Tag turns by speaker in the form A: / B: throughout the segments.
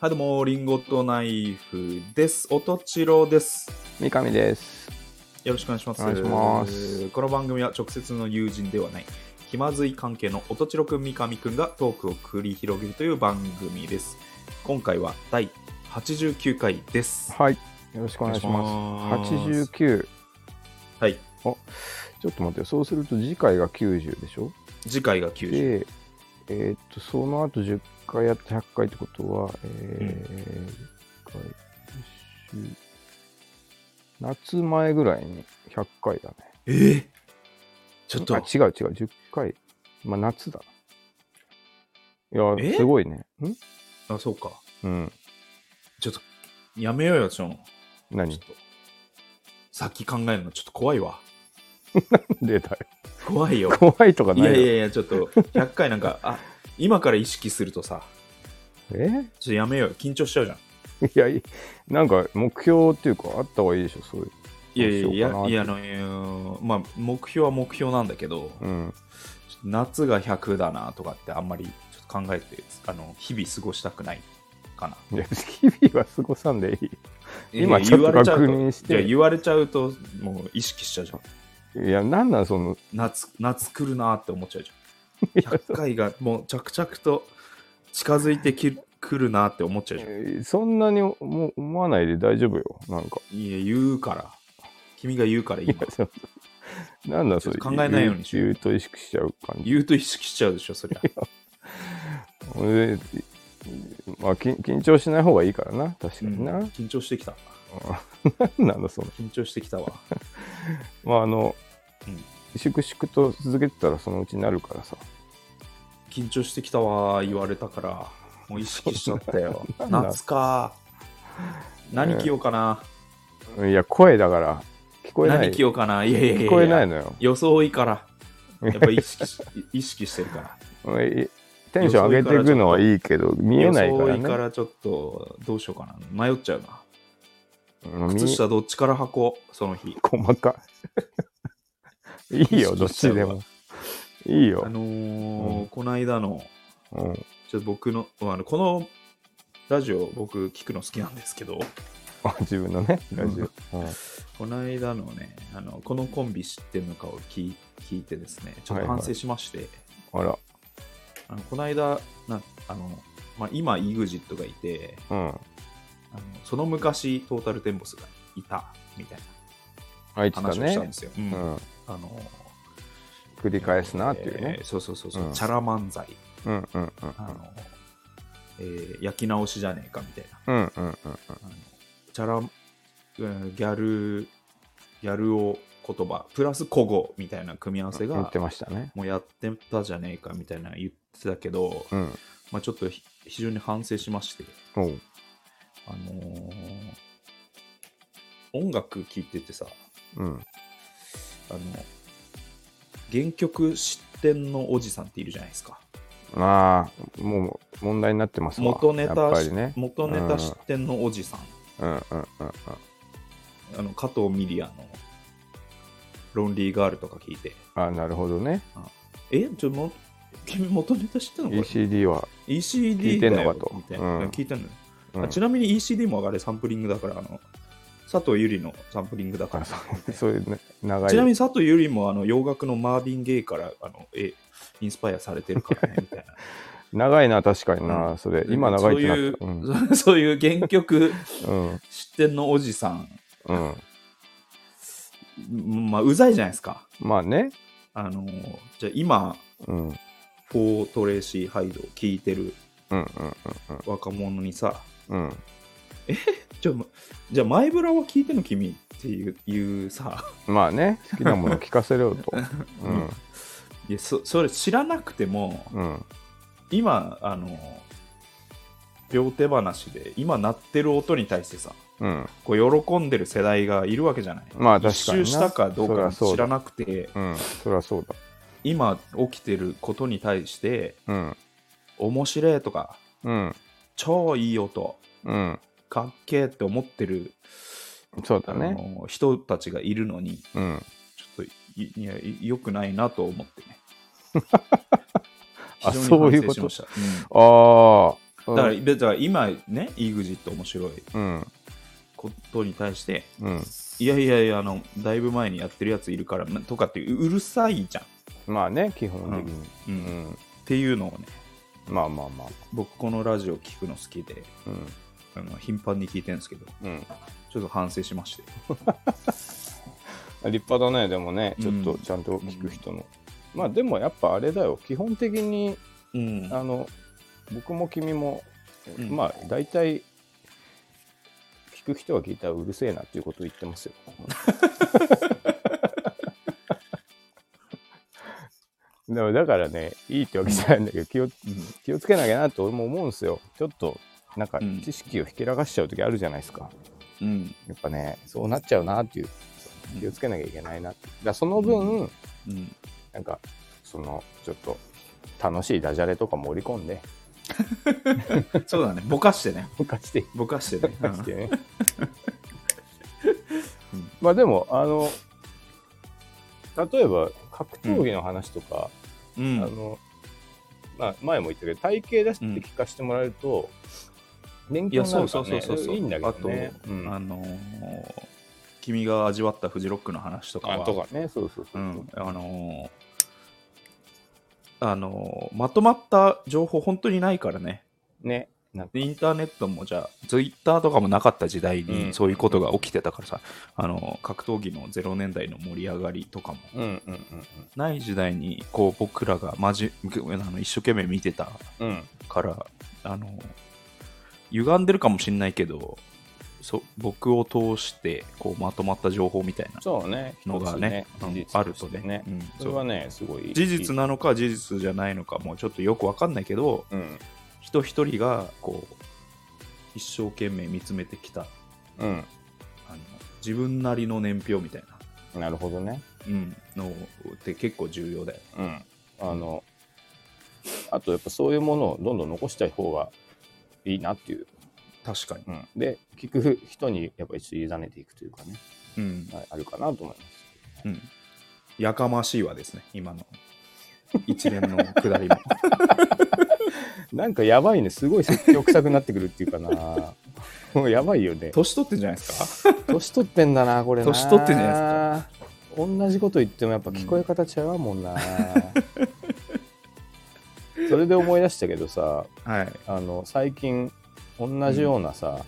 A: はい、どうも、リンゴとナイフです。おとちろです。
B: 三上です。
A: よろしくお願いします。
B: お願いします
A: この番組は直接の友人ではない、気まずい関係のおとちろくん、三上くんがトークを繰り広げるという番組です。今回は第89回です。
B: はい。よろしくお願いしま
A: お
B: す。
A: 願いします
B: 89。
A: はい。
B: ちょっと待ってよ。そうすると次回が90でしょ
A: 次回が90。
B: で、えーっと、その後10回やって100回ってことは、えー回10夏前ぐらいに100回だね。
A: えー、ちょっと
B: あ、、違う違う。10回。まあ、夏だ。いや
A: え、
B: すごいね。ん
A: あ、そうか。
B: うん。
A: ちょっと、やめようよ、ちょっと。ちょ
B: 何
A: っとさっき考えるのちょっと怖いわ。
B: 出たよ。
A: 怖いよ。
B: 怖いとか
A: い
B: な
A: や
B: いの
A: いやいや、ちょっと、100回なんか、あ、今から意識するとさ、
B: え
A: ちょっとやめようよ。緊張しちゃうじゃん。
B: いや、いなんか目標っていうか、あった方がいいでしょ、そういう。
A: いやいやい
B: どうしようかなっ
A: や、
B: て
A: いや、あのえー、まあ、目標は目標なんだけど、
B: うん。
A: ちょっと夏が100だなとかってあんまりちょっと考えて、あの、日々過ごしたくないかな。
B: いや、日々は過ごさんでいい。今
A: いや
B: ちょっ
A: 言
B: と
A: われゃう
B: 確認して
A: いや言われちゃうと、もう意識しちゃうじゃん。
B: いや、なんなん、その、
A: 夏、夏来るなって思っちゃうじ ゃん。100回がもう着々と近づいてき来るなって思っちゃうじゃん。
B: えーそんなに思思わないで大丈夫よ。なんか。
A: いや、言うから。君が言うから
B: いや
A: 今。、
B: そうなんだ、それ。
A: ちょっと考えないようにしよう
B: 言うと意識しちゃう感じ。
A: 言うと意識しちゃうでしょ、そりゃ。
B: ほんでまあ、緊緊張しない方がいいからな、確かにな。
A: う
B: うんん
A: 緊張してきた。
B: なんなんだ、その。
A: 緊張してきたわ。
B: まあ、あの
A: うん、
B: 粛々と続けてたらそのうちになるからさ。
A: 緊張してきたわー言われたからもう意識しちゃったよ
B: なんだ
A: 夏か何着ようかな、
B: いや、声だから、聞こえない。
A: 何着ようかないやいやいや
B: 聞こえない
A: の
B: のよ。
A: 装いからやっぱ意識 し意識してるから
B: えテンション上げていくのはいいけど、見えないから
A: 装いか
B: ね。
A: らちょっとどうしようかな迷っちゃうな
B: うん見
A: 靴下どっちから履こうその日
B: 細か い。いいよ、
A: 意
B: どっ
A: 識しちゃ
B: ち
A: う
B: で
A: わ
B: も。いい
A: あ
B: よ。
A: のー
B: うん
A: この間の
B: うん、
A: ちょっと僕のあのこのラジオ僕聞くの好きなんですけど
B: あ自分のね、ラジオ。うん
A: この間のねあのこのコンビ知ってるのかを聞い聞いてですねちょっと反省しまして、
B: あら、
A: あのこの間なあの、まあ、今 EXIT がいて
B: うん。
A: あのその昔トータルテンボスがいたみたい
B: あい
A: な
B: つだ
A: 話をしたんで
B: ね。
A: すよ、
B: う
A: うん
B: ん。
A: あの
B: 繰り返すなっていう
A: え
B: ね
A: ー。そうそうそうそう、
B: うん
A: チャラ漫才
B: うんうん
A: あの、えー焼き直しじゃねえかみたいな
B: うん。うんうんうん。
A: あのチャラ、えーギャルギャルを言葉プラス古語みたいな組み合わせ
B: 言っ
A: が
B: てましたね。
A: もうやってたじゃねえかみたいな言ってたけど、
B: うん。
A: まあ、ちょっとひ非常に反省しまして、
B: おう
A: あのー音楽聴いててさ、
B: うん。
A: あの、原曲知ってんのおじさんっているじゃないですか。
B: まあ、もう問題になってますわ。
A: 元ネ
B: や
A: タ
B: っぱ
A: し、
B: りね。
A: 元ネタ知ってんのおじさん。
B: うんうんうんうん。
A: あの、加藤ミリアの、ロンリーガールとか聞いて、
B: あ、なるほどね。
A: え、ちょ、も君元ネタ知ってんのこれ
B: ECD は。
A: ECD
B: 聞いてんの
A: だよ
B: かと
A: みたい
B: うん
A: な。聞いてんのよ
B: う
A: あ
B: ん
A: ちなみに ECD もあれサンプリングだから、あの、佐藤ゆりのサンプリングだから
B: あ。そうそういうね長い。
A: ちなみに佐藤ゆりもあの洋楽のマービン・ゲイからあのえインスパイアされてるからねみたいな。
B: 長いな、確かにな、
A: う
B: それ。 今長いってなった。うん。
A: そういう、 そういう原曲
B: うん。
A: 知ってんのおじさん、
B: うん。
A: まあ、うざいじゃないですか。
B: まあね。
A: あのじゃあ今、
B: うん。うん
A: フォー・トレーシー・ハイドを聴いてる
B: うん
A: 若者にさ、
B: うんうん。
A: じゃあ、じゃあマイブラは聴いてんの君っていういうさ、
B: まあね。好きなもの聞かせろよと。うん。
A: いやそそれ知らなくても、
B: うん。
A: 今、あの両手話で今鳴ってる音に対してさ、
B: うん。
A: こう喜んでる世代がいるわけじゃない。
B: まあ確かにな
A: 一周したかどうかも知らなくて、
B: うん。そりゃそうだ。
A: 今起きてることに対して、
B: うん。
A: 面白いとか、
B: うん。
A: 超いい音、
B: うん。
A: かっけえって思ってる、
B: そうだ
A: あ
B: ね。
A: の人たちがいるのに、
B: うん。
A: ちょっといいやい良くないな と思ってね。非
B: あ
A: 常に
B: そういう
A: 反省しました
B: ああ。だ
A: だから、だから今ね、EXIT 面白い
B: うん、
A: ことに対して、
B: うん。
A: いやいやいや、あの、だいぶ前にやってるやついるから、とかってうるさいじゃん。
B: まあね、基本的に。
A: う
B: うん
A: っ
B: ん。
A: ていうのをね、
B: まあまあまあ。
A: 僕このラジオ聞くの好きで、
B: うん。
A: あの頻繁に聞いてるんですけど、
B: うん。
A: ちょっと反省しまして。
B: 立派だね、でもね、ちょっ
A: う
B: と
A: ん
B: ちゃんと聞く人の。まあでもやっぱあれだよ、基本的に、
A: うん
B: あの、僕も君も、
A: うん
B: まあ大体、聞く人は聞いたらうるせえなっていうことを言っ てますよ。でもだからね、いいってわけじゃないんだけど、気を気をつけなきゃなって俺も思うんですよ。ちょっと、なんか
A: うん
B: 知識をひけらかしちゃう時あるじゃないですか。
A: うん。
B: やっぱね、そうなっちゃうなっていう、気をつけなきゃいけないなって。だからその分、
A: うん。
B: なんか、その、ちょっと、楽しいダジャレとかも織り込んで、
A: そう だね、ぼかしてね。
B: ぼかして、
A: ぼかしてね。
B: ぼかしてね
A: うん。
B: まあでも、あの、例えば、格闘技の話とか、
A: うん。
B: あの、まあ、前も言ったけど、体型出して聞かせてもらえると、勉
A: い
B: 強
A: や、
B: にな
A: そう
B: るか
A: そ
B: ら、
A: う
B: ね、
A: そうそうそう。
B: いいんだけ
A: あ
B: ど
A: と、
B: ね。うん
A: あのー君が味わったフジロックの話とかは
B: あとかね、そうそうそうう。
A: ん、あのーあのーまとまった情報本当にないからね。
B: ね、なんか
A: でインターネットもじゃあ、ツイッターとかもなかった時代
B: う
A: に
B: ん
A: そういうことが起きてたからさ、あのー格闘技の0年代の盛り上がりとかも
B: うんうんうん
A: ない時代にこう僕らがまじあの一生懸命見てた
B: うん。うん。
A: からあの歪んでるかもしれないけどそ僕を通してこうまとま一つ情報みたいな
B: そうね、
A: のがね
B: 一つ事実
A: あると
B: して
A: ねうん
B: それはね、すごい。
A: 事実なのか事実じゃないのかもちょっとよくわかんないけど
B: うん。
A: 人一人がこう一生懸命見つめてきたあ
B: うん。
A: の自分なりの年表みたいな、
B: なるほどね。
A: うん、のって結構重要だよ。
B: うん。あの、あとやっぱそういうものをどんどん残したい方がいいなっていう。
A: 確かに、
B: うん。で、聞く人にやっぱ一緒に委ねていくというかね、
A: うん
B: はいあるかなと思います。
A: うん、やかましいわですね今の一連のくだり も。
B: なんかやばいね、すごい説教臭くなってくるっていうかな。 もうやばいよね。
A: 年取ってんじゃないですか
B: 年取ってんだな、これな。
A: 年取ってんじゃ
B: ないですか。同じこと言ってもやっぱ聞こえ方違うも んな。それで思い出したけどさ、
A: はい。
B: あの最近同じようなさ、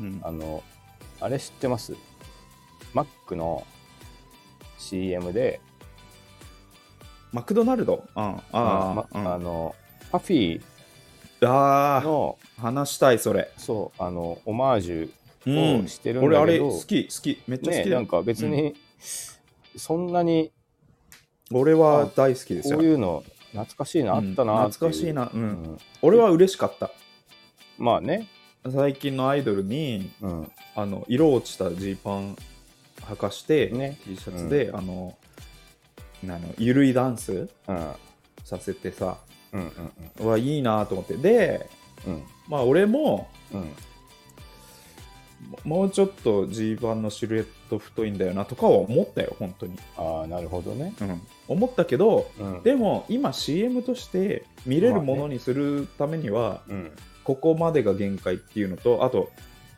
A: うん
B: あのあれ知ってますマックの CM で
A: マクドナルドああ
B: ま
A: あ、うん
B: あのパフィ
A: あー
B: ーの
A: 話したい、それ。
B: そうあのオマージ
A: う
B: ュを
A: ん。
B: してるん
A: 俺、あ
B: だけ
A: れ、
B: ど、
A: 好き、好き。めっちゃ好
B: ね
A: きだ
B: な
A: よ
B: ん。か別に、そんなに
A: 俺は大好きです
B: こ
A: よ
B: う。いうの懐かしいのあった
A: う
B: なん
A: 懐かしいな。う。
B: うんん、
A: 俺は嬉しかった。
B: まあね、
A: 最近のアイドルに、
B: うん、
A: あの、色落ちたジーパン履かして、
B: ね
A: T シャツで、あの、あの、ゆるいダンス
B: うん
A: させてさ、
B: うんうん
A: はいいなと思って。で、
B: うん
A: まあ、俺も、
B: うん
A: ももうちょっとジーパンのシルエット太いんだよなとかは思ったよ、本当に。
B: ああなるほどね、
A: うん、思ったけど
B: うん、
A: でも今 CM として見れるものにするためには
B: うん
A: ここまでが限界っていうのとあと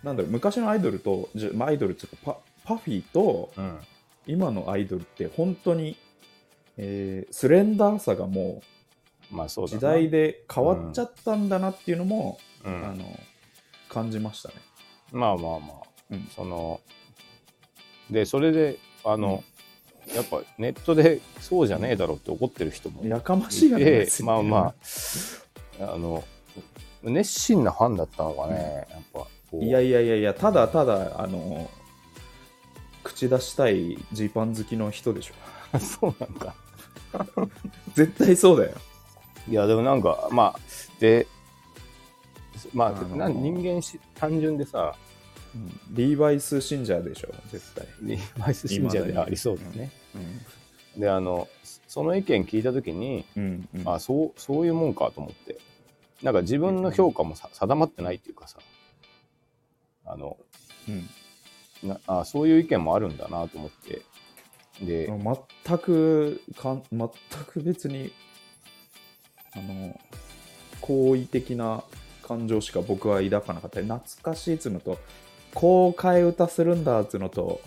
A: なんだろう昔のアイドルとじゃまあアイドルっていうかパパフィーと
B: うん
A: 今のアイドルって本当に、えースレンダーさがも
B: まあそううだ
A: 時
B: な
A: 代で変わっちゃったんだなっていうのも、
B: うん
A: あの感じましたね。
B: まあまあまあ、
A: うん
B: そのでそれであの、やっぱネットでそうじゃねえだろって怒ってる人もい
A: やかましいが
B: て
A: ね、
B: まあまああの熱心なファンだったのかね、やっぱこう
A: いやいやいやいや、ただただ、あの、口出したいジーパン好きの人でしょ。
B: そうなんか
A: 絶対そうだよ。
B: いやでもなんかまあでまあ、
A: あの
B: なん人間し単純でさ
A: リーバイス信者でしょ、絶対。
B: リーバイス信者でありそうだね
A: う
B: であのその意見聞いた時に、
A: ん。うん。
B: あそうそういうもんかと思ってなんか自分の評価もさ定まってないっていうかさあの
A: うん、
B: なあそういう意見もあるんだなと思ってで
A: 全くかん、全く別に、あの、好意的な感情しか僕は抱かなかった懐かしいっつうのとこう替え歌するんだっつうのと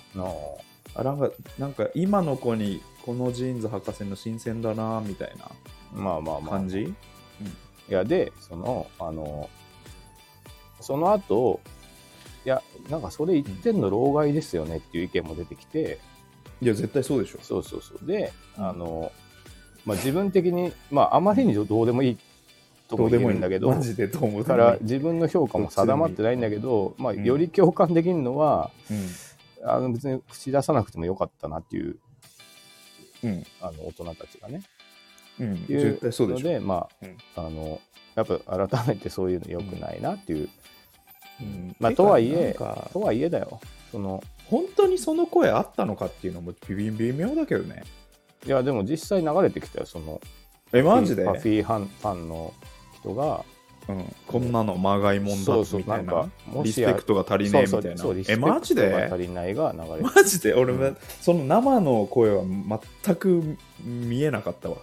A: あなんかなんか今の子にこのジーンズ博士の新鮮だなみたいな
B: まあまあまあ
A: 感じ、
B: いやでそのあのその後いやなんかそれ一点の老害ですよねっていう意見も出てきて、
A: いや絶対そうでしょ
B: そうそうそうであの、まあ、自分的にまああまりにどうでもいいとも言えるんだけど
A: マジでどう思う
B: だから自分の評価も定まってないんだけど、まあ、
A: うん
B: より共感できるのは、
A: う
B: あの別に口出さなくてもよかったなっていうんあの大人たちがね。
A: うん、うん、
B: いう
A: 絶対そうで
B: の
A: しょ、
B: で、ま
A: うん
B: あ、あのやっぱ改めてそういうの良くないなっていう、
A: うん
B: まあとはいえ
A: てかなんか
B: とはいえだよその
A: 本当にその声あったのかっていうのも微微妙だけどね
B: いやでも実際流れてきたよその
A: えマジで、
B: パフィーファンファンの人が
A: うん、こんなのまがいもんだ
B: そうそう
A: みたいな
B: なんかもし
A: リスペクトが足りねえみたいな
B: そうそうそうリス
A: え
B: ペクトが
A: マジで
B: 足りないが流れてきた
A: マジで俺も、
B: うん
A: その生の声は全く見えなかったわ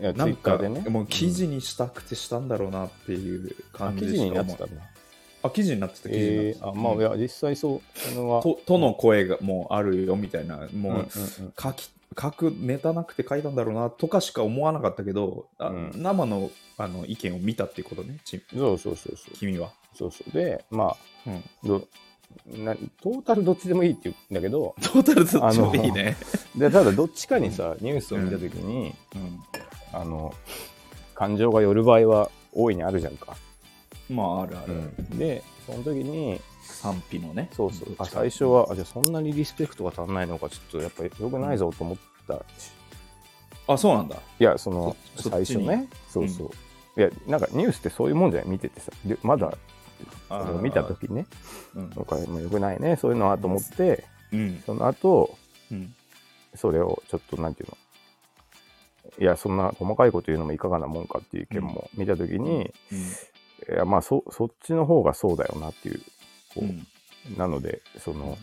B: いや
A: なんか、
B: Twitter でね
A: もう記事にしたくてしたんだろうなっていう
B: うんあ
A: 感
B: 記
A: じ
B: 事
A: し
B: に
A: か
B: なっ
A: 思
B: て
A: う
B: たんだ
A: あ記事になってた記事になっ
B: え
A: て
B: ー
A: た、
B: あまあ
A: うん
B: いや実際そうそれは
A: ととの声がもうあるよみたいなもう、
B: うんうん
A: 書き書くネタなくて書いたんだろうなとかしか思わなかったけど、あ
B: うん
A: 生のあの意見を見たっていうことねち
B: うんそうそうそうそう
A: 君は、
B: そうそうでま
A: う
B: あ
A: ん
B: どなトータルどっちでもいいって言うんだけど
A: トータルと
B: あの
A: いいね、
B: でただどっちかにさニュースを見た時に、あの感情が寄る場合は大いにあるじゃんか、
A: まああるある、
B: でその時に
A: 賛否のね
B: そうそ
A: どっ
B: う
A: ちか
B: あ最初はあじゃあそんなにリスペクトが足んないのかちょっとやっぱ良くないぞと思った、い
A: あそうなんだ
B: やその
A: そ
B: 最初ね
A: そっ
B: そ
A: ち
B: う
A: に
B: そう、いやなんかニュースってそういうもんじゃない見ててさでまだあの見た
A: と
B: 時ね
A: うん
B: なんかもう良くないねそういうのはと思って
A: うん
B: その後
A: うん
B: それをちょっとなんていうのいやそんな細かいこと言うのもいかがなもんかっていう意見も見た時に、いやまあそそっちの方がそうだよなっていうこう
A: うん
B: なのでその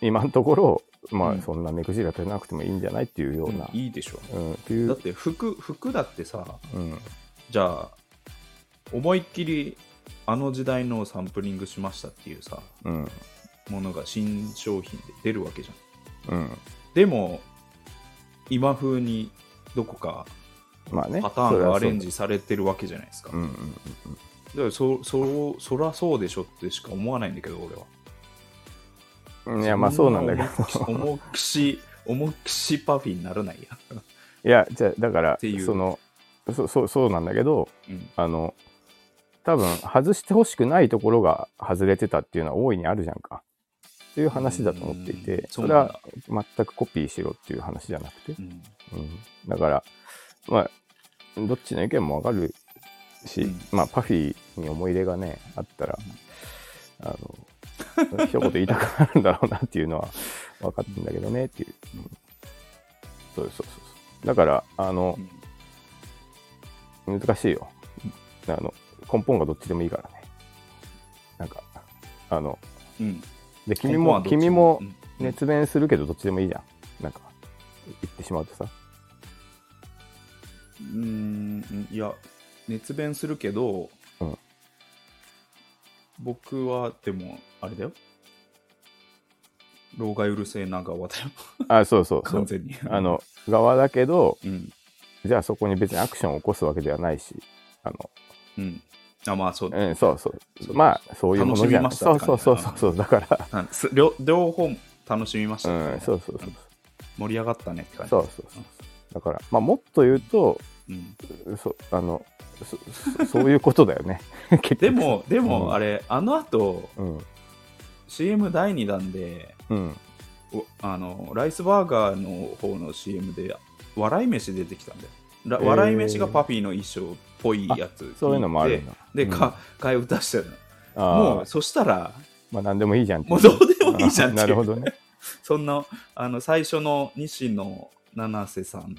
B: 今のところま
A: う
B: あ
A: ん
B: そんな目くじら取れなくてもいいんじゃないっていうような、
A: いいでしょ
B: うんってい
A: だっ
B: う、
A: て服服だってさ
B: うん、
A: じゃあ思いっきりあの時代のをサンプリングしましたっていうさ
B: うん、
A: ものが新商品で出るわけじゃん
B: うん、
A: でも今風にどこか
B: まあね
A: パターンがアレン
B: ジ
A: ジされてるわけじゃないですか
B: うんうんうん
A: だからそそそらそうでしょってしか思わないんだけど俺は
B: うんいやまあそうなんだけど
A: ど重くし重くしパフィーにならないや
B: いやじゃあだから
A: ていう
B: そのそそうそうなんだけど
A: うん
B: あの多分外してほしくないところが外れてたっていうのは大いにあるじゃんかっていう話だと思ってい
A: うん
B: て
A: そ
B: そうれ
A: なん
B: は
A: だ
B: 全くコピーしろっていう話じゃなくて
A: うん
B: うん、だから、まあ、どっちの意見もわかるし、
A: うん
B: まあ、パフィーに思い入れがね、あったら、あの、一言言いたくなるんだろうなっていうのは分かってんだけどねっていう。うんそうそうそうそう。だから、あの
A: う、ん
B: 難しいよ。あの、根本がどっちでもいいからね。なんか、あの、
A: うん
B: で、君
A: 根本はど
B: も、
A: っち
B: 君も
A: うん
B: 熱弁するけどどっちでもいいじゃん。なんか、言ってしまうとさ。
A: うーんいや熱弁するけど、
B: うん
A: 僕はでもあれだよ老害うるせえな側だよ
B: あ、そうそうそう
A: 完。全に
B: あの、側だけど、
A: うん
B: じゃあそこに別にアクションを起こすわけではないし、あの、
A: うんあまあそうだ、
B: うん、そうそう
A: そう
B: まあ、そういうものじゃない。
A: 楽しみ
B: そ
A: ま
B: う
A: した
B: そうそうそうそう、だから、
A: なんす両両方楽しみましたね、
B: うん、そうそうそう。
A: 盛り上がったねって感じ
B: そうそうそう。だから、まあ、もっと言うと、
A: うん、
B: そあのそそ、そういうことだよ ね。結局
A: で、もで
B: う
A: も
B: ん
A: あれ、あの後
B: うん、
A: CM 第2弾で
B: うん。
A: おあのライスバーガーの方の CM で笑い飯出てきたんだよら
B: へー
A: 笑い飯がパフィーの衣装っぽいやつ
B: そういうのもあるんだ。
A: で
B: うん
A: か替え歌してたの
B: あ
A: も
B: も
A: うそしたら
B: まあ、なんでもいいじゃんってい
A: もうどうでもいいじゃんってい
B: な
A: う
B: るほどね。
A: そんなあの最初の西野七瀬さん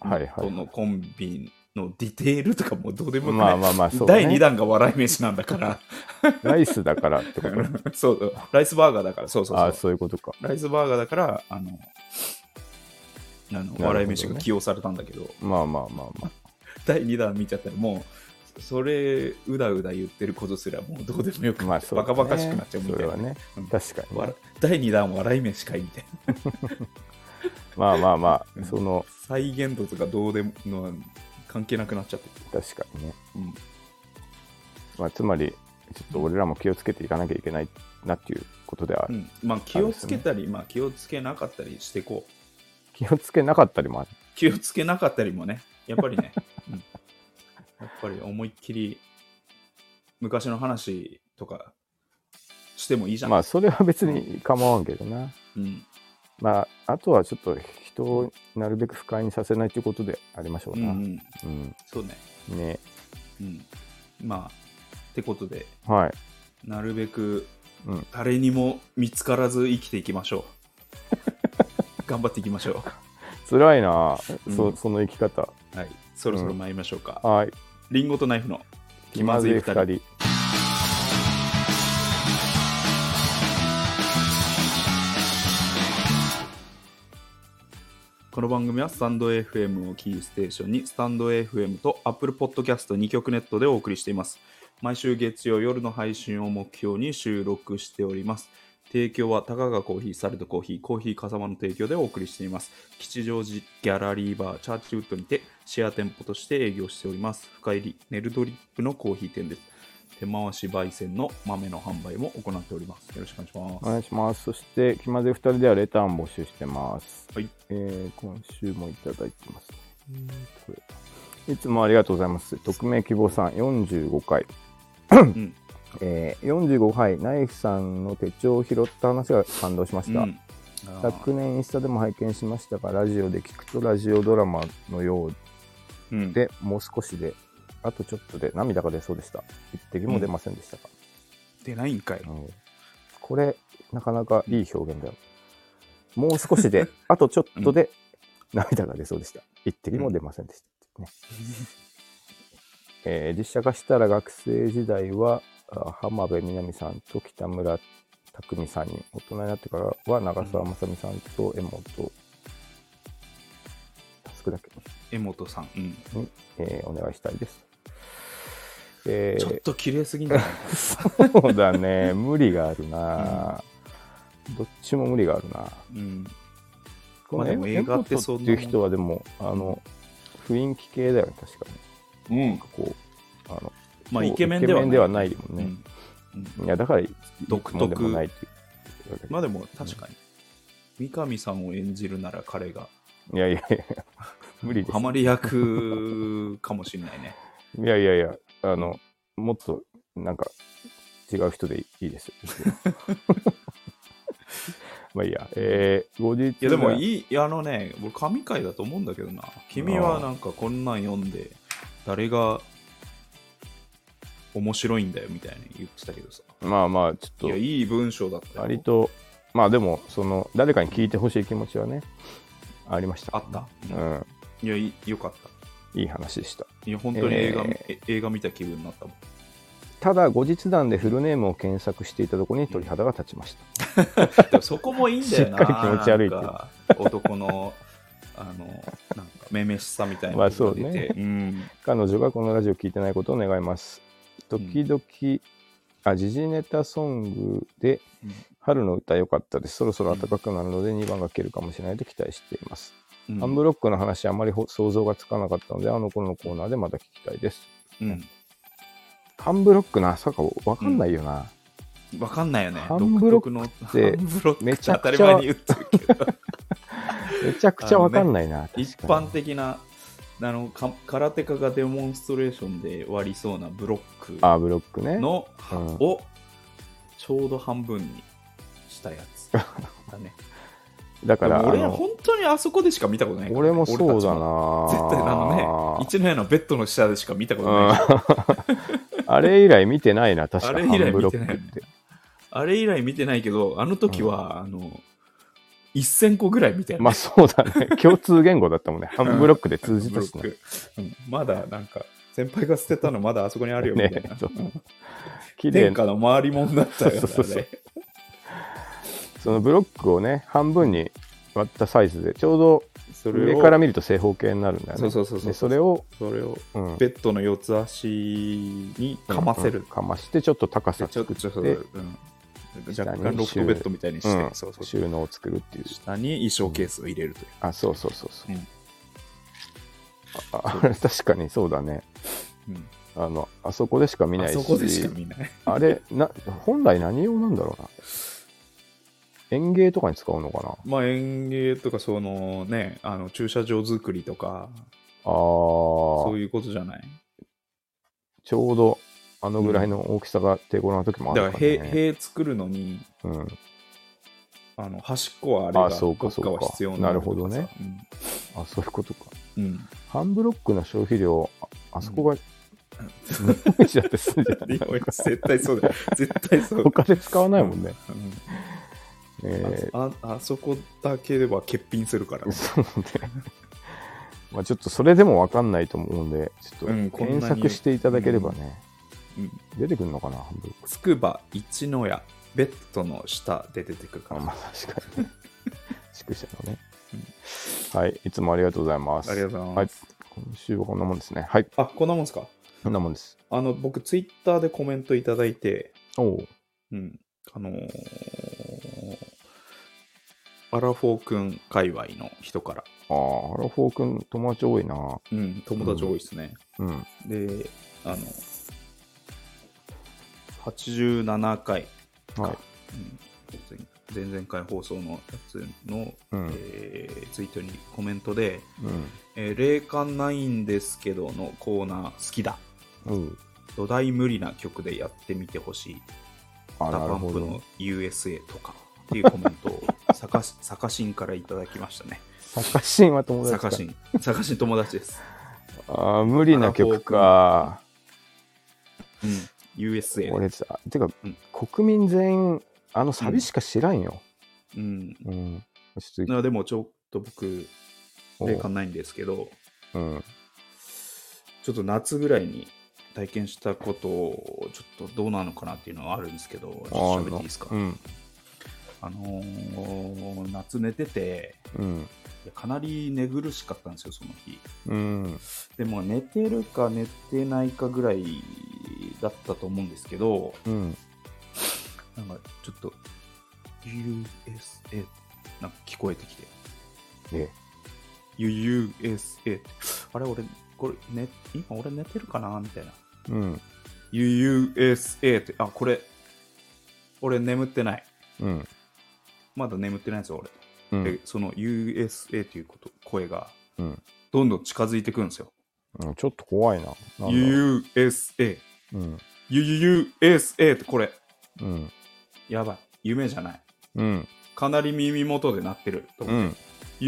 B: はいは
A: と
B: い。
A: のコンビのディテールとかもうどうでもよく
B: ま
A: な
B: あ
A: い
B: まあまあ、そう、ね。
A: 第2弾が笑い飯なんだ から
B: ライスだからってことね。
A: そうライスバーガーだからそうそう
B: あ
A: そ
B: あ、
A: う
B: そういうことか。
A: ライスバーガーだからあのあの
B: どね
A: 笑い飯が起用されたんだけど
B: まあまあまあまあ。
A: 第2弾見ちゃったらもそれうだうだ言ってることすらもうどうでもよく
B: ま
A: な
B: あ
A: って、
B: そうだね
A: バカバカしくなっちゃうみ
B: そ
A: たい
B: れは
A: な、
B: ね
A: うん
B: 確かにね、
A: わら第2弾笑い飯会みたいな
B: まあまあま
A: う
B: あ
A: ん
B: その
A: 再現度とかどうでもの関係なくなっちゃってる
B: 確かにね、
A: うん
B: まあ、つまりちょっと俺らも気をつけていかなきゃいけないなっていうことではあ
A: う
B: る、
A: ん、まあ気をつけたり、まあ気をつけなかったりしていこう。
B: 気をつけなかったりもある
A: 気をつけなかったりもね、やっぱりね、うん、やっぱり思いっきり昔の話とかしてもいいじゃん。
B: まあそれは別に構わんけどな、
A: うん、
B: まああとはちょっと人をなるべく不快にさせないということでありましょ
A: う、う
B: うんな、
A: ん、
B: うん
A: そうね。
B: ね
A: うん、まあ、ってことで、
B: はい
A: なるべく
B: うん
A: 誰にも見つからず生きていきましょ う。頑張っていきましょ
B: 辛いな、
A: う
B: そ
A: ん
B: その生き方
A: う。はい、そろそろ参りましょうか。
B: はい
A: リンゴとナイフの気まずい二人。
B: 人
A: この番組はスタンド FM をキーステーションにスタンド FM と Apple Podcast2 曲ネットでお送りしています。毎週月曜夜の配信を目標に収録しております。提供は高がコーヒー、サルトコーヒー、コーヒーかさまの提供でお送りしています。吉祥寺ギャラリーバーチャーチウッドにてシェア店舗として営業しております。深入りネルドリップのコーヒー店です。手回し焙煎の豆の販売も行っております。よろしくお願いします。
B: お願いします。そして、気まぜ2人ではレターも募集してます。
A: はい。
B: えー今週もいただいてますね。えーとこれいつもありがとうございます。匿名希望さん45回。
A: ん
B: えー45回、ナイフさんの手帳を拾った話が感動しました。
A: うんあー
B: 昨年インスタでも拝見しましたが、ラジオで聞くとラジオドラマのよう
A: うん
B: で、もう少しで、あとちょっとで涙が出そうでした。一滴も出ませんでしたか。
A: 出ないんかい。
B: うんこれなかなかいい表現だよもう少し であとちょっとで涙が出そうでした一滴も出ませんでした、ねえー実写化したら学生時代はあ浜辺美波さんと北村匠海さんに大人になってからは長澤まさみさんと江本佑だっけ、
A: 江本さん。うん
B: えーお願いしたいです、えー
A: ちょっと綺麗す ぎんだよね
B: そう だね、無理があるな、どっちも無理があるな。
A: うん。
B: こ
A: まあでも映画ってそんなもん
B: っていう人はでも、あの、雰囲気系だよね、確かに。
A: うん。
B: こう、あの、
A: まあ
B: こう
A: イケメンでは
B: イケメンではないもん
A: う
B: ね。
A: んうん
B: いや、だから、
A: 独特
B: いつもでもないというわけで
A: まあでも確かに。三上さんを演じるなら彼が
B: いやいやいや、無理です
A: ハ。マり役かもしれない ね。
B: いやいやいや、あの、もっと、なんか、違う人でいいです。 まあいいや、えー、後日。
A: いやでもいいいや、あのね、俺神回だと思うんだけどな。君はなんかこんなん読んで、誰が面白いんだよみたいに言ってたけどさ。
B: まあまあ、ちょっ
A: い
B: と
A: や、。いい文章だったよ。
B: 割とまあでもその誰かに聞いてほしい気持ちはねありました
A: あった。う
B: う
A: ん
B: ん
A: いや、いいよかった。
B: いい話でした
A: いや、本当に映画,
B: え
A: え、映画見た気分になったもん。
B: ただ後日談でフルネームを検索していたところに鳥肌が立ちました
A: でもそこもいいんだよな。
B: しっかり気持ち悪いって
A: なんか男の、あの、なんか、めめしさみたいな。
B: まあそうね
A: 出てうん。
B: 彼女がこのラジオを聞いてないことを願います時々、あ時事ネタソングで
A: うん
B: 春の歌良かったですそろそろ暖かくなるので2番が切るかもしれないと期待しています、
A: うん
B: アンブロックの話あまりほ想像がつかなかったのであの頃のコーナーでまた聞きたいです
A: うん。
B: ハンブロックなさか分かんないよな、
A: わかんないよね。
B: ハンブロック
A: 独特
B: って
A: のハンブロック
B: めちゃ
A: 当た
B: く
A: り
B: ちゃ
A: 前に言ってるけど、
B: めちゃくちゃわかんないな。確かに
A: 一般的な、あの、か空手家がデモンストレーションで割りそうなブロッ
B: あーブロックね
A: ク。の、
B: うん
A: を、ちょうど半分にしたやつだね。
B: だから、
A: でも俺
B: あ
A: ら
B: の
A: 本当にあそこでしか見たことないからね、
B: 俺もそうだ
A: 俺たち
B: な。
A: も。絶対あの ね、一の屋のベッドの下でしか見たことない。
B: うんあれ以来見てないな、確か
A: あれ以来
B: ハンブロ
A: 見て
B: ッ
A: ない
B: ク
A: よ
B: っ
A: ね
B: て。
A: あれ以来見てないけど、あの時は、あの、1000個ぐらい見たよね
B: まあそうだね。共通言語だったもんね。ハンブロックで通じたし
A: ブ
B: ね。
A: ロックうんまだなんか、先輩が捨てたのまだあそこにあるよみたいな。
B: ねそう綺麗
A: 天
B: な
A: 下の回りもんだったよ、
B: そうそうそう
A: あれ
B: そのブロックをね、半分に割ったサイズで、ちょうど
A: それ
B: 上
A: を
B: から見ると正方形になるんだよね。
A: そうそうそうそう
B: でそれを、
A: それを
B: うん
A: ベッドの四つ足にかませる、
B: うんかまして、ちょっと高
A: で
B: さ
A: ちょっとちょっと、
B: で
A: うん、若干ロフトベッドみたいにして、
B: うん
A: そうそう
B: 収納を作るっていう。
A: 下に衣装ケースを入れるという、
B: あ、そうそうそうそう。
A: うん
B: ああれ確かにそうだね。
A: うん
B: あの、あそこでしか見
A: あ
B: ないし、
A: そこでしか見ない
B: あれな、本来何用なんだろうな。園芸とかに使うのかな
A: まあ園芸とかそのねあの駐車場作りとか
B: あ
A: そ
B: ー
A: ういうことじゃない
B: ちょうどあのぐらいの大きさが手頃な時もあ
A: だ
B: る
A: から
B: から、
A: 塀
B: ね。
A: 塀作るのに
B: うん、
A: あの端っこはあれが
B: あそう
A: ど
B: か
A: っかは必要
B: そうか
A: んだけ
B: なる
A: さ
B: ほあ、そういうことか。
A: うん、うん
B: ハンブロックの消費量、ああそこが、日本一だってするんじゃ ない
A: いや絶対そう だよ絶対そうだよ
B: 他で使わないもんね。
A: うん
B: え
A: あああそこだけでは欠品するから
B: ー、そうね。まあちょっとそれでもわかんないと思うんで、ちょ
A: う
B: っ
A: ん
B: と
A: こんなに
B: 検索していただければね、
A: うん
B: 出てくるのかな、ハンブロック。
A: つくば一の家ベッドの下で出てくるか
B: あ
A: ら、
B: まあ確かにね。宿舎のね。はい、いつもありがとうございます。
A: ありがとうございます、
B: はい、今週はこんなもんですね。はい、
A: あこんなもんですか
B: こんなもんです。
A: あの僕ツイッターでコメントいただいて
B: おお。
A: うんあのーアラフォー君界隈の人から、
B: ああ、アラフォー君、友達多いな。
A: うん、友達多いですね、
B: うん。
A: であの87回
B: はい。
A: うん前前々回放送のやつの、
B: うん
A: えーツイートにコメントで
B: うん。
A: 「えー霊感ないんですけど」のコーナー好きだ
B: うん。
A: 土台無理な曲でやってみてほしい
B: あ、
A: ダ
B: なる
A: パン
B: ほ
A: プ
B: ど
A: の。USA とかっていうコメントをサカシ サカシンからいただきましたね
B: 坂神は友達
A: サ
B: か
A: カシンサカシン友達です、
B: ああ、無理な曲か。
A: うん、USA
B: 俺さ、てか、
A: うん
B: 国民全員、あのサビしか知らんよ。
A: うん
B: うん。ちょっ
A: なでもちょっと僕
B: と、
A: 霊感ないんですけど
B: うん。
A: ちょっと夏ぐらいに体験したことをちょっとどうなのかなっていうのはあるんですけど、ちょっと喋っていいですか。
B: あの
A: あのー夏寝てて、
B: うん。
A: いやかなり寝苦しかったんですよ、その日。
B: うん。うん。
A: でも寝てるか寝てないかぐらいだったと思うんですけど、
B: うん。
A: なんかちょっと USA なんか聞こえてきて、
B: え、
A: U- USA ってあれ、俺、これ、ね、今俺寝てるかなみたいな。
B: うん。
A: USA って、あ、これ、俺眠ってない。
B: うん。
A: まだ眠ってないんですよ、俺。
B: うん。
A: で、その USA ということ声が、
B: うん
A: どんどん近づいてくるんですよ。
B: うんちょっと怖いな。なんだろう
A: USA、
B: うん。
A: USA ってこれ、
B: うん。
A: やばい。夢じゃない。
B: うん。
A: かなり耳元で鳴ってると
B: う
A: 思って。
B: ん。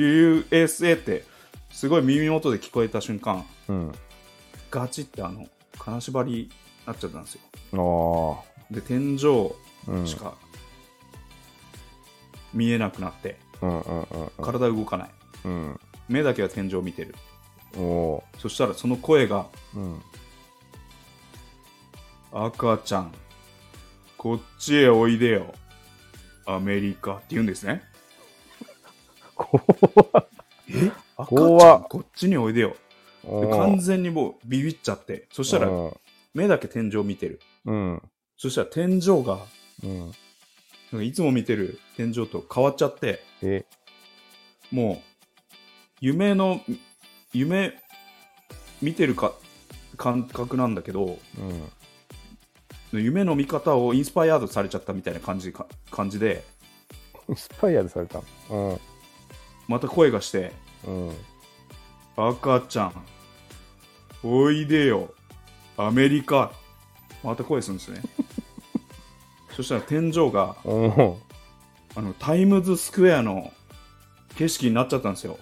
A: USA って、すごい耳元で聞こえた瞬間、
B: うん。
A: ガチってあの、金縛りになっちゃったんですよ。
B: あ
A: で、天井
B: あ。うん。
A: しか見えなくなって、
B: うんうんうん
A: 体動かない。
B: うん。
A: 目だけは天井を見てる。
B: うん。お
A: そしたらその声が、
B: ーうん。
A: 赤ちゃん、こっちへおいでよ。アメリカって言うんですね。
B: 怖
A: え赤ち
B: 怖
A: ゃん、
B: っ
A: こっちにおいでよ。で
B: おー
A: 完全にもうビビっちゃって。そしたら
B: うん
A: 目だけ天井見てる。
B: うん。
A: そしたら天井が、
B: うん。
A: なんかいつも見てる天井と変わっちゃって、
B: え、
A: もう、夢の、夢、見てるか、感覚なんだけど、
B: うん。
A: 夢の見方をインスパイアードされちゃったみたいな感じか感じで、
B: スパイアでされたの。
A: また声がして、
B: うん。うん。
A: 赤ちゃん、おいでよ、アメリカ。また声するんですね。 そしたら天井が
B: お
A: あのタイムズスクエアの景色になっちゃったんですよ。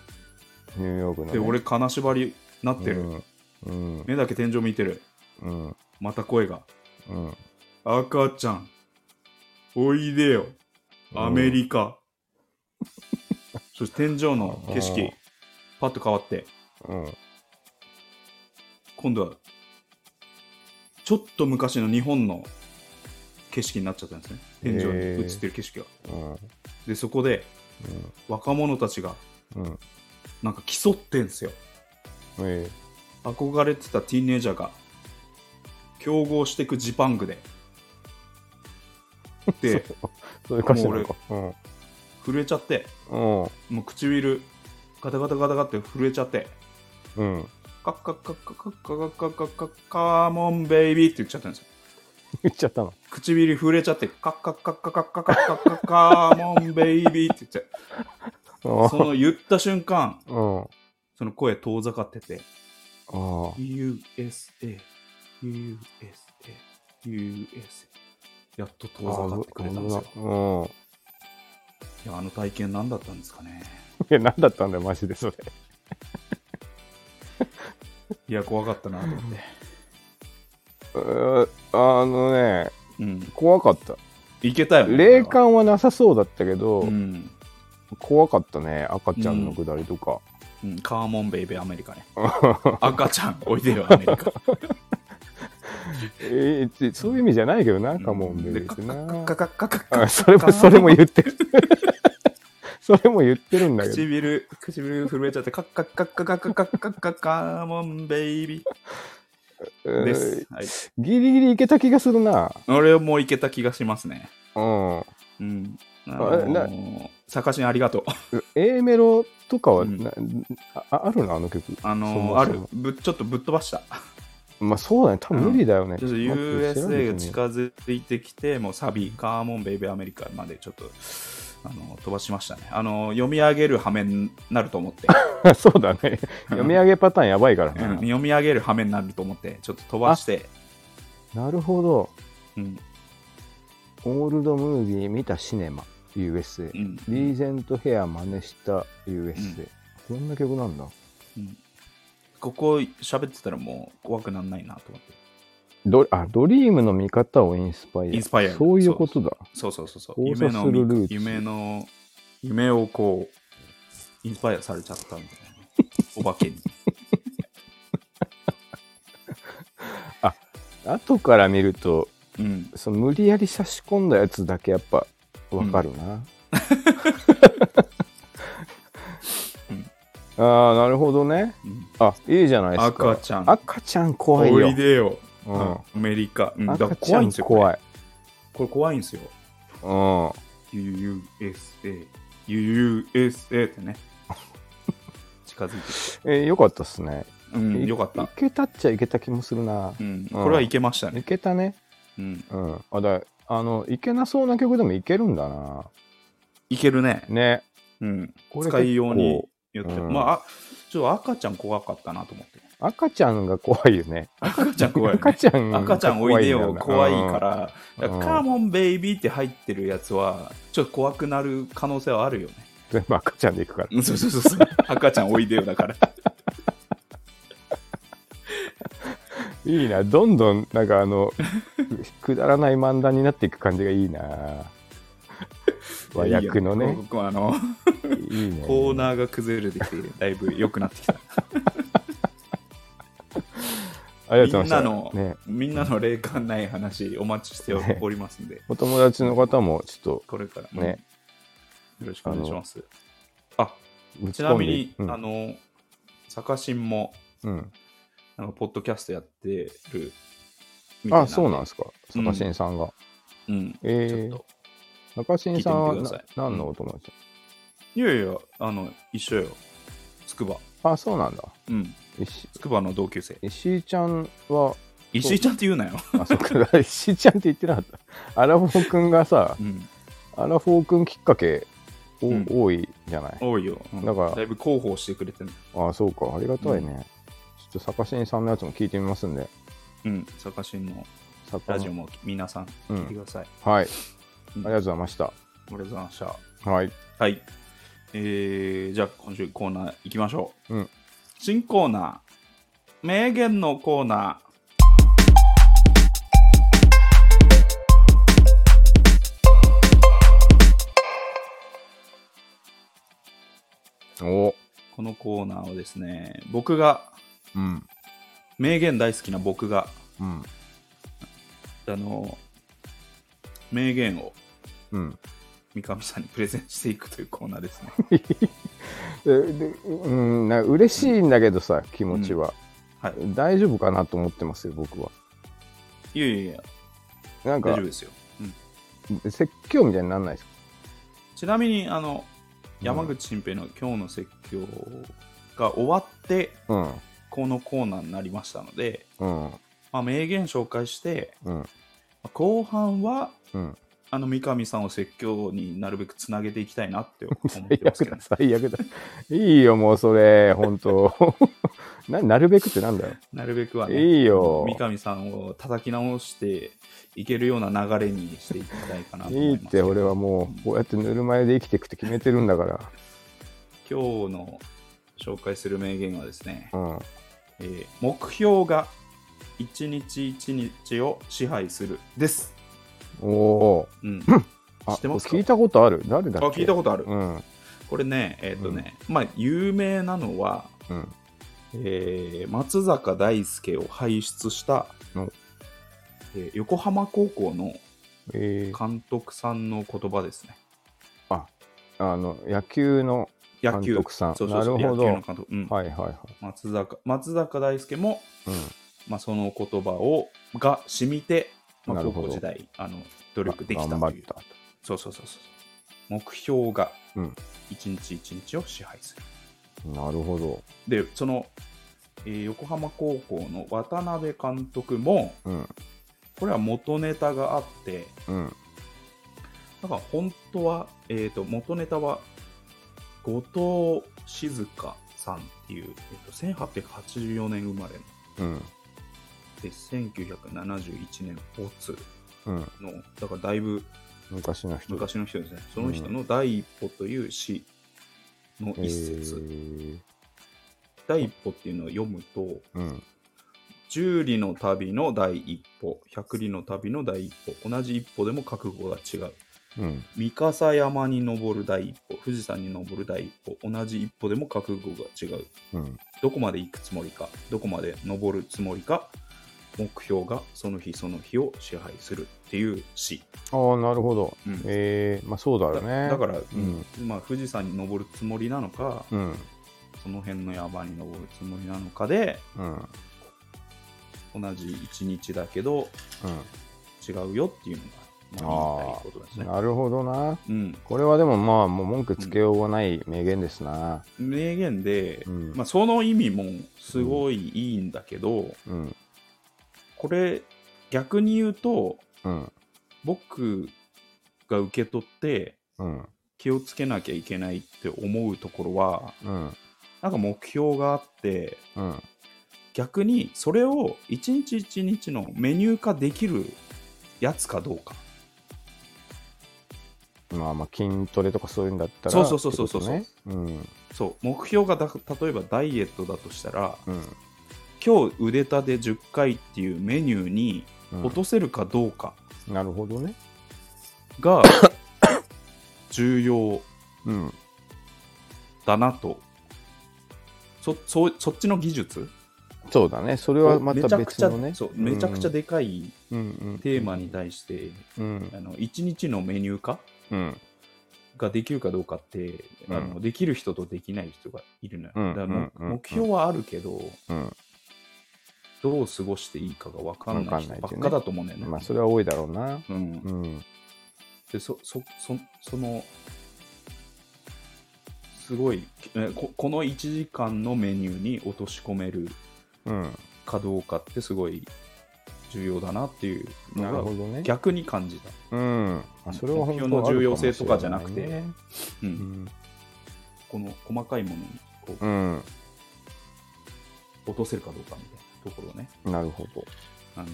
B: ーニューヨークのね。
A: で、俺、金縛りなってる。
B: うん。うん。
A: 目だけ天井見てる。
B: うん。
A: また声が、
B: うん。
A: 赤ちゃん、おいでよ、アメリカ。そして天井の景
B: うん
A: 色、パッと変わって、
B: うん。
A: 今度はちょっと昔の日本の景色になっちゃったんですね天井に
B: へー
A: 映ってる景色が、
B: うん。
A: でそこで若者たちが
B: うん。
A: なんか競ってんすよ。
B: え
A: 憧れてたティーンエイジャーが、競合していくジパングで。で、
B: そういう感じなのか。
A: 震えちゃって、
B: うん。うん。
A: もう唇、ガタガタガタガタって震えちゃって、
B: うん。
A: カッカッカッカッカッカッカッカッカッカーモンベイビーって言っちゃったんですよ。
B: 言っちゃったの。
A: 唇震えちゃって、カッカッカッカッカッカッカッカッカカーモンベイビーって言って、その言った瞬間、
B: うん。うん。
A: その声遠ざかってて、
B: あ
A: USA、USA、USA。やっと遠ざかってくれたんですよ。
B: うん。
A: いや、あの体験何だったんですかね。
B: いや、何だったんだよ、マジで、それ。
A: いや、怖かったなと思って。
B: えーあのね、
A: うん。
B: 怖かった。
A: いけたよね。
B: 霊感はなさそうだったけど、
A: うん。
B: 怖かったね、赤ちゃんのくだりとか。
A: うん、カーモンベイベーアメリカね。赤ちゃん、おいでよ、アメリカ。
B: えーそういう意味じゃないけどな、カモンベ
A: で
B: リー
A: カ
B: って
A: ッ
B: な。
A: カッカッカッカッカッカ
B: あそれも、それも言ってる。それも言ってるんだけど。
A: 唇、唇震えちゃって、カッカッカッカッカッカッカッカッカーモンベイビーで
B: えー
A: す。はい。
B: ギリギリいけた気がするな。
A: 俺もいけた気がしますね。
B: うん。
A: うん。あの
B: あ
A: ー、探しにありがとう。
B: A メロとかは
A: うん
B: な、ああるのあの曲。
A: あ
B: そ
A: の
B: も
A: ー、あ
B: そ
A: る
B: も。
A: ぶ、ちょっとぶっ飛ばした。
B: まあそうだね。多分無理だよね。
A: ちょっと
B: 待って調べて
A: USA
B: み
A: が近づいてきて、もうサビ、カーモンベイベーアメリカまでちょっと、あのー、飛ばしましたね。あのー、読み上げる羽目になると思って、
B: そうだね。読み上げパターンやばいか
A: う
B: ら
A: ん
B: ね。
A: 読み上げる羽目になると思って、ちょっと飛ばして、
B: なるほど。
A: うん、
B: オールドムービー見たシネマ USA
A: う。ん、
B: リーゼントヘア真似した USA。こんな曲なんだ。
A: うんここ喋ってたらもう怖くなんないなと思って。
B: ドあドリームの見方をインスパイア。
A: インスパイア
B: そういうことだ。
A: そうそうそうそう。
B: 交
A: 夢
B: 差
A: の
B: するルーツ
A: 夢の夢をこうインスパイアされちゃ ったみたいな。お化けに。
B: 後から見ると、
A: うん。
B: その無理やり差し込んだやつだけやっぱわかる な。
A: うん
B: ああ、なるほどね。
A: うん
B: あいいじゃないですか。
A: 赤ちゃん。
B: 赤ちゃん怖いよ。
A: おいでよ。
B: うん
A: アメリカ。うん、だから
B: 赤ち
A: 怖
B: ゃ
A: いん
B: ん
A: ですよ。
B: 怖
A: い。
B: い。
A: これ怖いんですよ。
B: うん。
A: USA。USA って ね。近づいてき
B: えーよかったっすね。
A: て。うん、
B: い
A: よかった
B: い。けたっちゃいけた気もするな
A: う。ん、これはいけました
B: い
A: ね。
B: けたね。
A: うん。
B: うん。あだあのいけなそうな曲でもいけるんだな。
A: いけるね。
B: ね。
A: うん。
B: これ
A: 使いように言って。
B: 結構うん
A: まあ、あちょっと赤ちゃん怖かったなと思 って。
B: 赤ちゃんが怖いよね。
A: 赤ちゃん怖いよね、
B: 赤ちゃんが
A: 赤ちゃんおいでよ、怖い
B: んだよ
A: か
B: な
A: ら。だか
B: うん
A: らカーモンベイビーって入ってるやつは、ちょっと怖くなる可能性はあるよね。
B: 全部赤ちゃんでいくから。
A: うんそうそうそうそう。 赤ちゃんおいでよだから。
B: いいな、どんどん、なんかあの、 くだらない漫談になっていく感じがいいな。和訳の
A: いいよ
B: ね。
A: ここあの、
B: いいね。
A: コーナーが崩れてきて、だいぶ良くなってきた。
B: ありがとうご
A: みんな
B: ざいま
A: の
B: した。ね。
A: みんなの霊感ない話、お待ちしておりますんで、
B: お友達の方も、ちょっ
A: これから
B: と
A: も
B: ね
A: よ、ろしくお願いします。あ、
B: ぶ
A: ち
B: ち
A: な
B: 込ん
A: み
B: で
A: に、
B: うん
A: あの、サカシンも、
B: うん。
A: なんかポッドキャストやってるみたい、
B: あ、そうなんですすか。
A: う
B: サ
A: ん
B: カシンさんが。
A: うん、ちょ
B: え
A: っ
B: ー、
A: と。
B: サカシンさんは
A: 聞いてみてくだ
B: な
A: さい
B: 何のお友達
A: いやいや、あの、一緒よ。つくば。
B: あ、そうなんだ。
A: うん。
B: 石
A: つくばの同級生。
B: 石井ちゃんは、
A: 石井ちゃんって言うなよ。
B: あ、そっか、 石井ちゃんって言ってなかった。アラフォー君がさ
A: う、ん。
B: アラフォー君きっかけ、お
A: うん
B: 多いじゃない。
A: 多いよ。うん
B: だから
A: だいぶ広報してくれてる。
B: ああ、そうか。ありがたいね。ちょっと、サカシンさんのやつも聞いてみますんで。
A: うん。サカシンの
B: サカ
A: ラジオも皆さん
B: うん
A: 聞いてください。
B: はい。
A: うん
B: ありがとうございました。
A: ありがとうございました。
B: はい。
A: はい。えー、じゃあ今週コーナー行きましょう。
B: うん
A: 新コーナー、名言のコーナ
B: お
A: ー。このコーナーはですね、僕が、
B: うん。
A: 名言大好きな僕が、
B: うん。
A: あの、名言を
B: うん。
A: 三上さんにプレゼンしていくというコーナーです ね。
B: ででうんな嬉しいんだけどさ気持ちは、
A: うんは
B: 大丈夫かなと思ってますよ僕はい
A: やいやいや、
B: なん
A: 大
B: か
A: 丈夫ですよ。うん
B: 説教みたいになんないですか
A: ちなみに、あの、山口新平の今日の説教が終わって、
B: うん
A: このコーナーになりましたので、
B: うん
A: まあ、名言紹介して、
B: うん
A: 後半は、
B: うん
A: あの三上さんを説教になるべくつなげていきたいなって思って
B: 最
A: ます
B: 悪
A: けど
B: だ、最悪だ。いいよ、もうそれ、本当 ななるべくってなんだよ。
A: なるべくはね、
B: いいよ。
A: 三上さんを叩き直していけるような流れにしていきたいかなと
B: い
A: 思
B: い
A: い
B: っ
A: ます。
B: て、俺はもう、こうやってぬるま湯で生きていくって決めてるんだか
A: 今日の紹介する名言はですね、
B: ら。うん。
A: えー目標が一日一日を支配するです。
B: おお
A: うん、
B: ー。あ
A: 知ってますか
B: 聞いたことある。誰だ
A: あ
B: っけ
A: 聞いたことある。
B: うん。
A: これね、えっ、とね、まあ有名なのは、
B: うん。
A: えー松坂大輔を輩出した、
B: うん
A: えー横浜高校の
B: えー、
A: 監督さんの言葉ですね。
B: あの、野球の、
A: 野球
B: 監督さん
A: そうそうそう
B: なるほど
A: 野球の監督、うん
B: はいはいはい。
A: 松坂松坂大輔も、
B: う
A: まあ、その言葉をが染みて、ま
B: な
A: あ、
B: る
A: 高
B: ほど
A: 校時代あの努
B: ん。
A: 力できた
B: 頑
A: と
B: 張
A: い
B: っ
A: う
B: たと。
A: そうそうそうそう目標が
B: うん
A: 一日一日を支配する、
B: なるほど。
A: でその、えー横浜高校の渡辺監督も
B: うん。
A: これは元ネタがあって
B: うん。
A: だから本当は、えー、と元ネタは後藤静香さんっていう、えー、と1884年生まれの
B: うん。
A: で1971年没
B: うん。
A: のだからだいぶ
B: 昔の人。
A: 昔の人ですねその人の第一歩という詩の一節、
B: えー
A: 第一歩っていうのを読むと
B: うん。
A: 十里の旅の第一歩百里の旅の第一歩同じ一歩でも覚悟が違う
B: うん。
A: 三笠山に登る第一歩富士山に登る第一歩同じ一歩でも覚悟が違う
B: うん。
A: どこまで行くつもりかどこまで登るつもりか目標がその日その日を支配するっていう詩、
B: ああ、なるほど。
A: うん
B: ええまあそうだろうね。
A: だだから、
B: ん
A: まあ、富士山に登るつもりなのか、
B: うん、
A: その辺の山に登るつもりなのかで
B: うん、うん。
A: 同じ1日だけど違うよっていうのが、まあ、言いたいことですね。
B: なるほどな。
A: うん、
B: これはでもまあ、もう文句つけようがない名言ですな。
A: 名言で、
B: うん、
A: まあ、その意味もすごいいいんだけど、
B: うん、
A: これ逆に言うと
B: うん、
A: 僕が受け取って
B: うん、
A: 気をつけなきゃいけないって思うところは
B: うん、
A: なんか目標があって
B: うん。
A: 逆にそれを一日一日のメニュー化できるやつかどうか
B: まあまあ、筋トレとかそういうんだったら。
A: そうそうそうそうそう
B: ってことね。うん、
A: そう目標がだ例えばダイエットだとしたら
B: うん、
A: 今日腕立て10回っていうメニューに
B: うん。
A: 落とせるかどうか
B: なるほどね。
A: が 重要
B: うん、
A: だなとそそそっちの技術
B: そうだね。それはま
A: め
B: た
A: ちゃく
B: 別
A: ちゃ
B: のね。
A: そうめちゃくちゃでかい
B: うん、うん、
A: テーマに対して、
B: うん、
A: あの1日のメニュー化
B: うん、
A: ができるかどうかって、あ
B: う
A: のできる人とできない人がいるのよ、
B: うん
A: だからもう
B: うんうん
A: 目標はあるけど、
B: うん。
A: どう過ごしていいかが分かんない人ばっかだと思うんだよね。
B: まあ、それは多いだろうな。
A: うん
B: うん、
A: でそそそそのすごいえここの1時間のメニューに落とし込める
B: うん。
A: かどうかってすごい重要だなっていう
B: なる
A: の
B: ほ
A: が
B: どね。
A: 逆に感じた、
B: うん、あそれは本当
A: 目標の重要性とかじゃなくて
B: あるもしれないね
A: うん
B: うん
A: この細かいものにこう
B: うん、
A: 落とせるかどうかみたいなところね
B: なるほど。
A: あの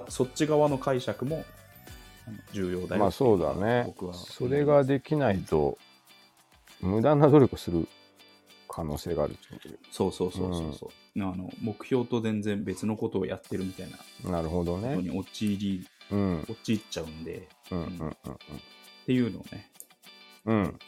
A: がそっち側の解釈もあの重要だよ
B: まあそうだね
A: 僕は。
B: それができないと、無駄な努力する可能性があるってことで
A: そうそうそうそうそう、あの目標と全然別のことをやってるみたいな
B: なるほど
A: こと
B: ね。
A: に陥り
B: うん、
A: 陥っちゃうんで
B: うん、うん、うん
A: っていうのをね
B: うん。うん。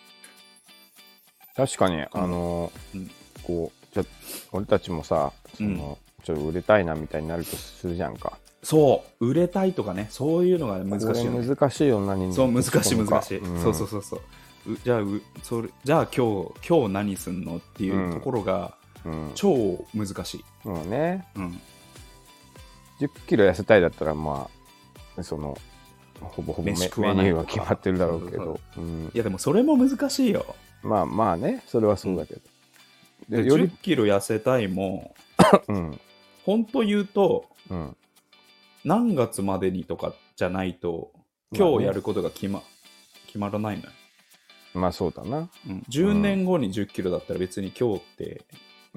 B: 確かに、あの、
A: うん
B: こう、じゃ俺たちもさ、その、ちょっと売れたいなみたいになるとするじゃんか。
A: そう売れたいとかねそういうのが難しいよ
B: これ
A: ね
B: 難しいよなに
A: そう難しい難しい、
B: うん
A: そうそうそうそううじゃあうそれじゃあ今日今日何すんのっていうところが
B: うん
A: 超難しい、
B: もうね
A: うん
B: 1 0キロ痩せたいだったらまあそのほぼほぼメメニ
A: 飯
B: ュ
A: 食わない
B: ーは決まってるだろうけ
A: そう
B: どうん
A: いやでもそれも難しいよ
B: まあまあねそれはそうだけど、
A: 1
B: でよ
A: 0
B: り
A: キロ痩せたいも
B: うん
A: 本当言うと
B: うん
A: 何月までにとかじゃないと今日やることが決ま,、決まらないのよ、
B: まあそうだな
A: うん、10年後に1 0キロだったら別に今日って、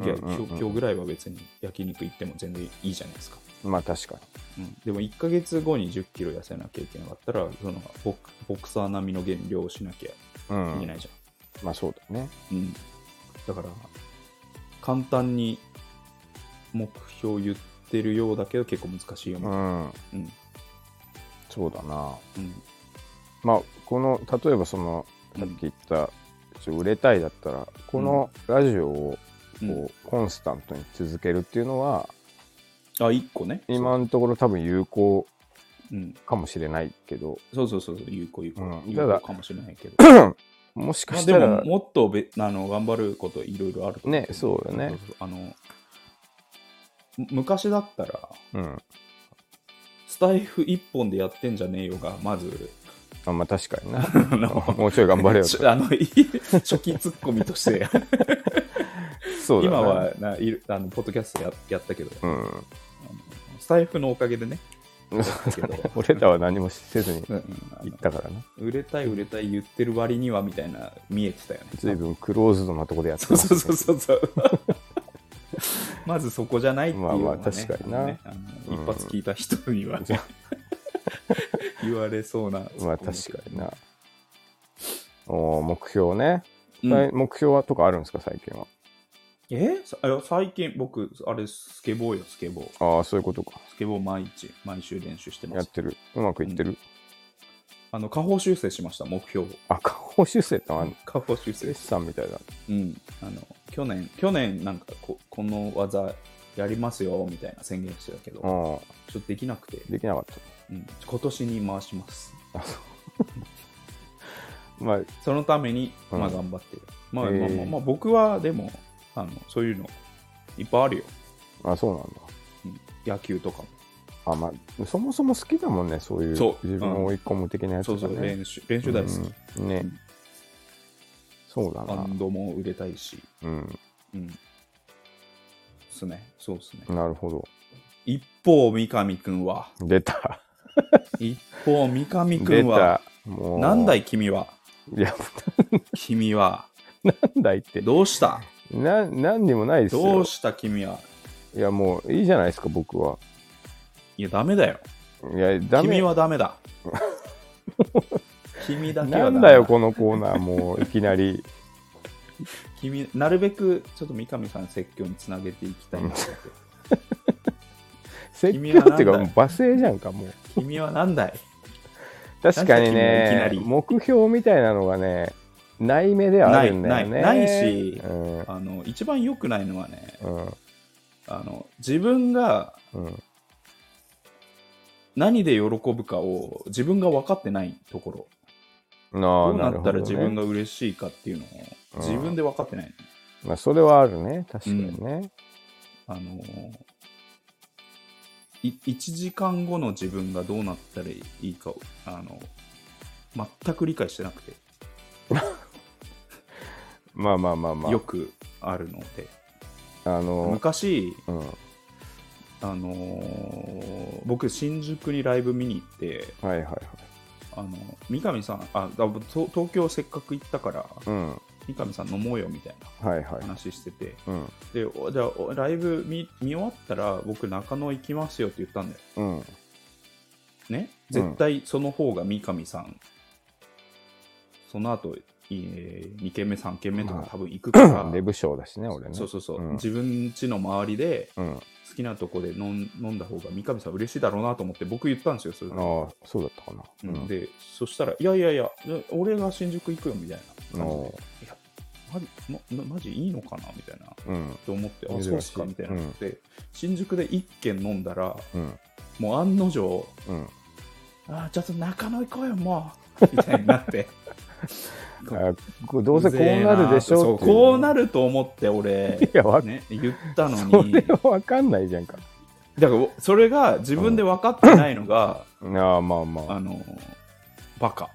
A: いや
B: うんうんうん
A: 今日今日ぐらいは別に焼肉行っても全然いいじゃないですか、
B: まあ確かに
A: うん、でも1ヶ月後に1 0キロ痩せなきゃいけなかったらそのボクボクサー並みの減量をしなきゃいうけ
B: ん
A: ないじ
B: まあそうだね
A: ゃん、うんだから簡単に目標言ってるようだけど結構難しいよね、
B: う
A: う
B: ん
A: ん
B: そうだな
A: うん
B: まあこの例えばそのさっき言った、ちょ売れたいだったらこのラジオをこう、
A: うん
B: コンスタントに続けるっていうのは
A: あ1個ね
B: 今のところ多分有効
A: そう,、うん、
B: かもしれないけど
A: そうそうそうそう有効有効、
B: うん
A: 有
B: ただ
A: 効かもしれない けど
B: もしか
A: まあ、
B: し
A: で
B: たら、
A: ももっとべあの頑張ることいろいろあると思
B: ねそうよね
A: そうあのむ昔だったら
B: うん
A: スタイフ一本でやってんじゃねえよがまず
B: あまあ確かに な
A: あの
B: もうちょい 頑張れよと
A: しあのい 初期ツッコミと して、
B: そうだな
A: 今はないるあのポッドキャストややったけど
B: うん
A: スタイフのおかげでね、
B: そうだね 俺らは何もせずに
A: うんあ
B: 行っ
A: の
B: たからな
A: 売れたい売れたい言ってる割にはみたいな見えてたよね
B: 随分クローズドなとこでやって
A: そう
B: ます
A: そ
B: ね
A: うそうそうそう。まずそこじゃないっていうのがね、
B: まあまあ確かにな
A: あのねあの
B: うん
A: 一発聞いた人には、ね言われそうな。
B: まあ確かになおー目標ね、
A: うん
B: はい目標はとかあるんですか最近は
A: えさあ最近僕、あれ、スケボーよ、スケボー。
B: ああそういうことか
A: スケボー毎日、毎週練習してま
B: やっ
A: す。
B: てるうまくいってる、
A: あの、下方修正しました、目標を。
B: あ下方修正ってのあんの
A: 下方修正
B: レッ。サンみたいだ
A: うん。あの、去年、去年なんかこ、この技やりますよ、みたいな宣言してたけど、ちょ
B: あ
A: っとできなくて、
B: できなかっ
A: うん、今年に回します。
B: たあそう まあ
A: そのために、
B: うん
A: まあ、頑張ってる。まあ、
B: へー
A: まあまあ、まあ、僕はでもあの、そういうのいっぱいあるよ。
B: あそうなんだ
A: うん野球とかも。
B: あまあそもそも好きだもんねそういう
A: そう
B: 自分を追い込む的なやつ
A: そう
B: が
A: そう、
B: ね
A: 練習練習大好き。
B: うんねそうだ
A: バ
B: な
A: ンドも売れたいし。
B: うん
A: うん。すね。そうですね。
B: なるほど
A: 一方、三上くんは。
B: 出た
A: 一方、三上く
B: 出
A: んは
B: た。もう
A: なんだ
B: い
A: い、君は。
B: や
A: 君は。
B: なんだいって
A: どうした
B: な何にもないです
A: ど
B: よ
A: うした、君は。
B: いやもういいじゃないですか僕はい
A: や、ダメだよ。
B: いやダメ
A: 君はダメ だ。君だけは
B: な
A: ダメ
B: んだよこのコーナーもういき なり
A: 君なるべくちょっと三上さん説教につなげていきたいなと思って
B: 説
A: 君
B: 教
A: はなんだよ
B: っていうかもう罵声じゃんかもう
A: 君は何だい
B: 確かに
A: なんだ
B: ね
A: 君はいきなり
B: 目標みたいなのがねない目ではあるんだよね
A: ないないないし
B: うん
A: あの一番良くないのはね
B: うん
A: あの自分が
B: うん
A: 何で喜ぶかを自分が分かってないところ
B: な
A: ど
B: あ
A: う
B: な
A: な
B: る
A: っ
B: ほ
A: た
B: ど、
A: ら
B: ね、
A: 自分が嬉しいかっていうのを
B: うん
A: 自分で分かってないの、
B: まあ、それはあるね確かにね、
A: あのい1時間後の自分がどうなったらいいかをあの全く理解してなくて
B: まあまあまあまあ
A: よくあるので、
B: あの、
A: 昔
B: うん、
A: あのー僕、新宿にライブ見に行って、
B: はいはいはい
A: あの三上さんあだ東、東京せっかく行ったから、
B: うんは
A: 三上さん飲もうよみたいない
B: はい
A: 話してて、
B: うん
A: でおじゃあおライブ見見終わったら、僕、中野行きますよって言ったんだよ。
B: うん
A: ね、
B: ん
A: 絶対その方が三上さん、その後えー2軒目、3軒目と
B: ま
A: か
B: あ
A: 多分行くから、
B: デブ賞だしね俺ね
A: そうそうそう、
B: うん
A: 自分家の周りで
B: うん、あ
A: 好きなとこで飲ん飲んだ方が三上さん嬉しいだろうなと思って、僕言ったんですよ、それで
B: あそうだったかな、うん
A: でそしたら「いやいやいやえ俺が新宿行くよ」みたいな感じで
B: お
A: いやマジままマジいいのかなみたいな
B: うん
A: と思って「あ
B: 珍しい
A: そうっすか」みたいな
B: うん
A: で新宿で1軒飲んだら
B: うん
A: もう案の定、
B: うん
A: あーちょっと中野行こうよ、もう、 みたいになって。
B: あこう どうせこうなるでしょ
A: そうう
B: っていう
A: こうなると思って、俺
B: い、やわ、
A: ね、言ったの
B: そ
A: に、
B: れ
A: だか
B: はわかんないじゃんか。
A: らおそれが自分で分かってないのが、
B: ああまあまあ。
A: あの、バカ。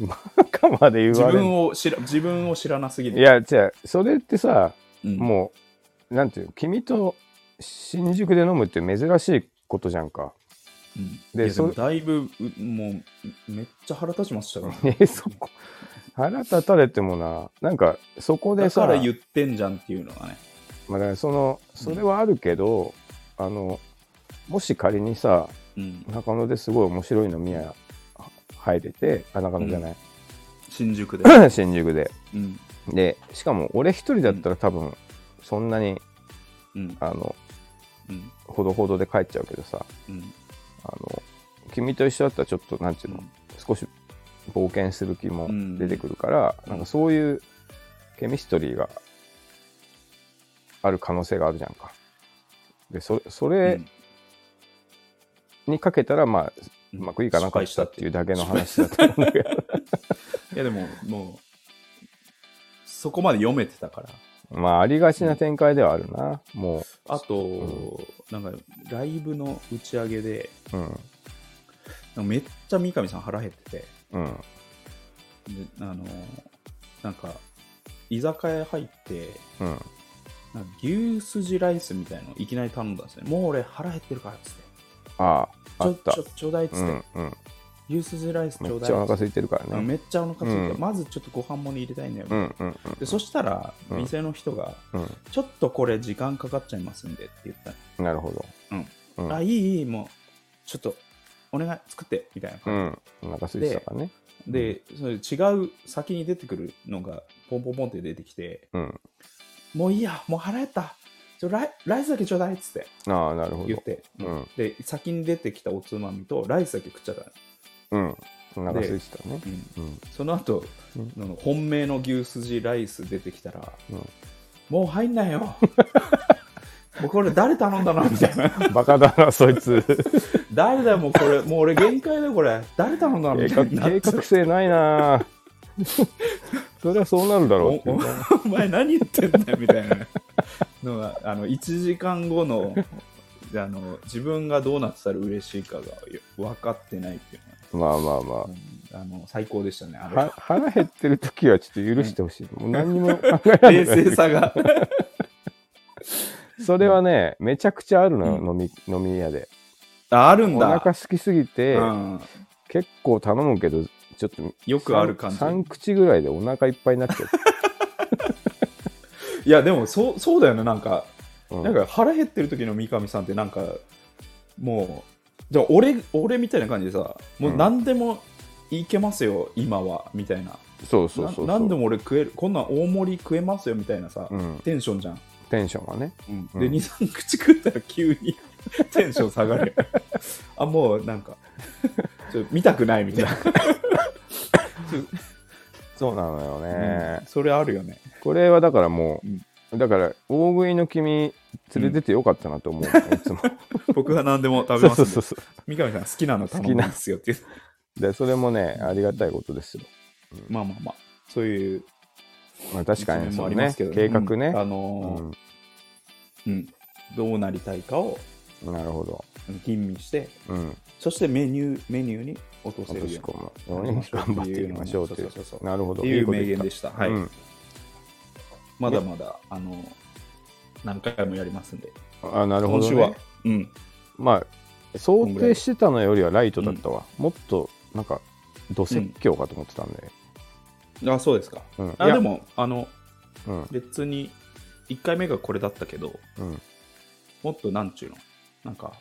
B: 中まで
A: 自
B: 言われる。
A: 分を知ら自分を知らなすぎ
B: い
A: る。
B: や、じゃあそれってさ、
A: うん
B: もう、なんていうの君と新宿で飲むって珍しいことじゃんか。
A: うん
B: で
A: いやでも
B: そ
A: だいぶうもうめっちゃ腹立ちましたよ、
B: え、そこ。腹立たれてもな、なんか、そこ で
A: だ
B: さ、
A: から言ってんじゃんっていうのがね
B: まあ、だからその、それはあるけど、あの、もし仮にさ、
A: うん、
B: 中野ですごい面白い飲み屋入れて、あ、中野じゃない、
A: 新宿 で、
B: 新宿で。
A: うん
B: で、しかも俺一人だったら多分、そんなに、
A: うん
B: あの、
A: うん
B: ほどほどで帰っちゃうけどさ、
A: うん
B: あの、君と一緒だったらちょっと、なんていうの、少し冒険する気も出てくるから、
A: うん
B: なんかそういうケミストリーがある可能性があるじゃんか。でそそれにかけたら、まあ、うまくいかなかったっていうだけの話だと思うんだけど。
A: いやでももうそこまで読めてたから
B: まあ、ありがちな展開ではあるな。も
A: あと、なんかライブの打ち上げで
B: う、うん、
A: なんかめっちゃ三上さん腹減ってて
B: うん、
A: であのなんか居酒屋入って
B: うん、
A: なんか牛すじライスみたいのいきなり頼んだんですねもう俺腹減ってるからっつって
B: ああ、
A: ち
B: あ
A: ょ
B: った
A: ちょ。ちょうだいっつっ
B: う
A: て、
B: ん、うん。
A: 牛すじライスち
B: め
A: ょう
B: っ
A: だ
B: ち
A: い
B: ゃお
A: っつ
B: 腹
A: って
B: 空いてるから
A: うんめ
B: ね。
A: っちゃお腹空いて、
B: うん
A: まずちょっとご飯もに入れたいんだよ、
B: うん、うん、
A: でそしたら
B: うん
A: 店の人が、
B: うん、
A: ちょっとこれ時間かかっちゃいますんでって言ったの、
B: うん。なるほど。うん
A: あいいいいもうちょっとお願い作ってみたいな
B: う
A: 感
B: ん、お腹空いてたからね。
A: じ、でそれ違う先に出てくるのがポンポンポンって出てきて
B: うん。
A: もういいやもう腹減ったちょライライスだけちょうだいっつって
B: ああ、なるほ
A: 言っ
B: ど。
A: て、
B: うん、
A: で先に出てきたおつまみとライスだけ食っちゃったの、
B: うん。お腹空いてたね。
A: うん
B: うん。
A: その後、
B: うん
A: あの本命の牛すじライス出てきたら、
B: うん
A: もう入んないよ もうこれ誰頼んだなみたいな
B: バカだな、そい つ。
A: 誰だよもうこれもう俺限界だよこれ誰頼んだの
B: 計
A: みたい
B: 画
A: になっ
B: 計
A: て
B: 画性ない な。それはそうなるだ
A: お
B: ろうっていう
A: お
B: ね。
A: お前何言ってんだよみたいなのがあの1時間後のあの自分がどうなってたら嬉しいかが分かってないっていう
B: まあまあまあ
A: のが、あの最高でしたねあれ
B: は腹減ってる時はちょっと許してほしい。もう何にも考えら
A: 冷
B: れない。
A: 静さが
B: それはね、めちゃくちゃあるのよ、
A: うん
B: 飲み飲み屋で。
A: ああるん
B: お
A: だ
B: 腹空きすぎて、
A: うん、
B: 結構頼むけど、ちょっと。
A: よくある感じ
B: 3口ぐらいでお腹いっぱいになっちゃ
A: いやでもそうそうだよねなんか
B: う。う
A: なんか腹減ってる時の三上さんってなんかもうじゃあ俺俺みたいな感じでさもううん何でもいけますよ、今はみたいな
B: そうそうそうそう。
A: な何でも俺食えるこんなん大盛り食えますよみたいなさ、
B: うん、
A: テンションじゃん、
B: テンションはね。うん
A: で23口食ったら急に テンション下がるよあもうなんかちょ見たくないみたいな、
B: そうなのよね。
A: うんそれあるよね
B: これはだからもう、だから大食いの君連れててよかったなと思う、いつも
A: 僕は何でも食
B: そ
A: べ
B: う
A: ます
B: そ
A: ん
B: う
A: で
B: そうそ
A: 三上さん好きなの頼むんですよっていう
B: うでそれもねありがたいことですよ、
A: まあまあまあそういう
B: まあ、確かに
A: 一面も
B: そ
A: あ
B: う
A: り
B: ね
A: ますけど
B: 計画ね
A: うん、あ
B: う
A: の
B: ん、
A: ーうんどうなりたいかを
B: なるほど
A: 吟味して
B: うん
A: そしてメニューメニューに落とせ
B: 落
A: る
B: と
A: よう
B: し
A: に
B: 込むように頑張っていきましょうという
A: そうそうそうそう
B: なるほど
A: っていう
B: こと
A: 名
B: 言
A: 言
B: った
A: でしたはい、
B: うん
A: まだまだあの何回もやりますんで、
B: あなるほ
A: 今
B: ど、
A: 週は
B: ね、、
A: うん、
B: まあ想定してたのよりはライトだったわ、もっとなんか土説教かと思ってたんで、
A: あそうですか、
B: うんい
A: あ
B: や
A: でもあの
B: うん
A: 別に1回目がこれだったけど
B: うん、
A: もっとなんちゅうのなんか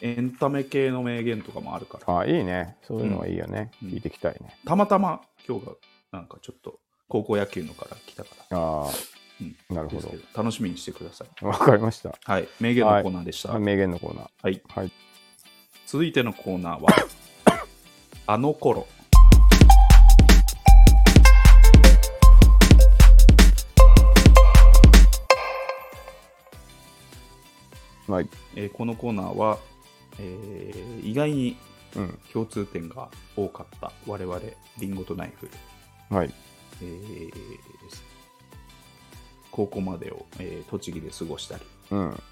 A: エンタメ系の名言とかもあるから
B: あいいねそういうのはいいよね、
A: うん
B: 聞いていきたいね
A: たまたま今日がなんかちょっと高校野球のから来たから
B: あ
A: うん
B: あなるほ
A: ですけ
B: ど
A: ど楽しみにしてください。
B: わかりました
A: はい、名言のコーナーでした。はい、
B: 名言のコーナーはい
A: 続いてのコーナー は、あの頃。
B: はい
A: えーこのコーナーは、えー意外に
B: うん。
A: 共通点が多かった我々リンゴとナイフ、
B: はい。
A: えー高校までを、えー栃木で過ごしたり
B: うん。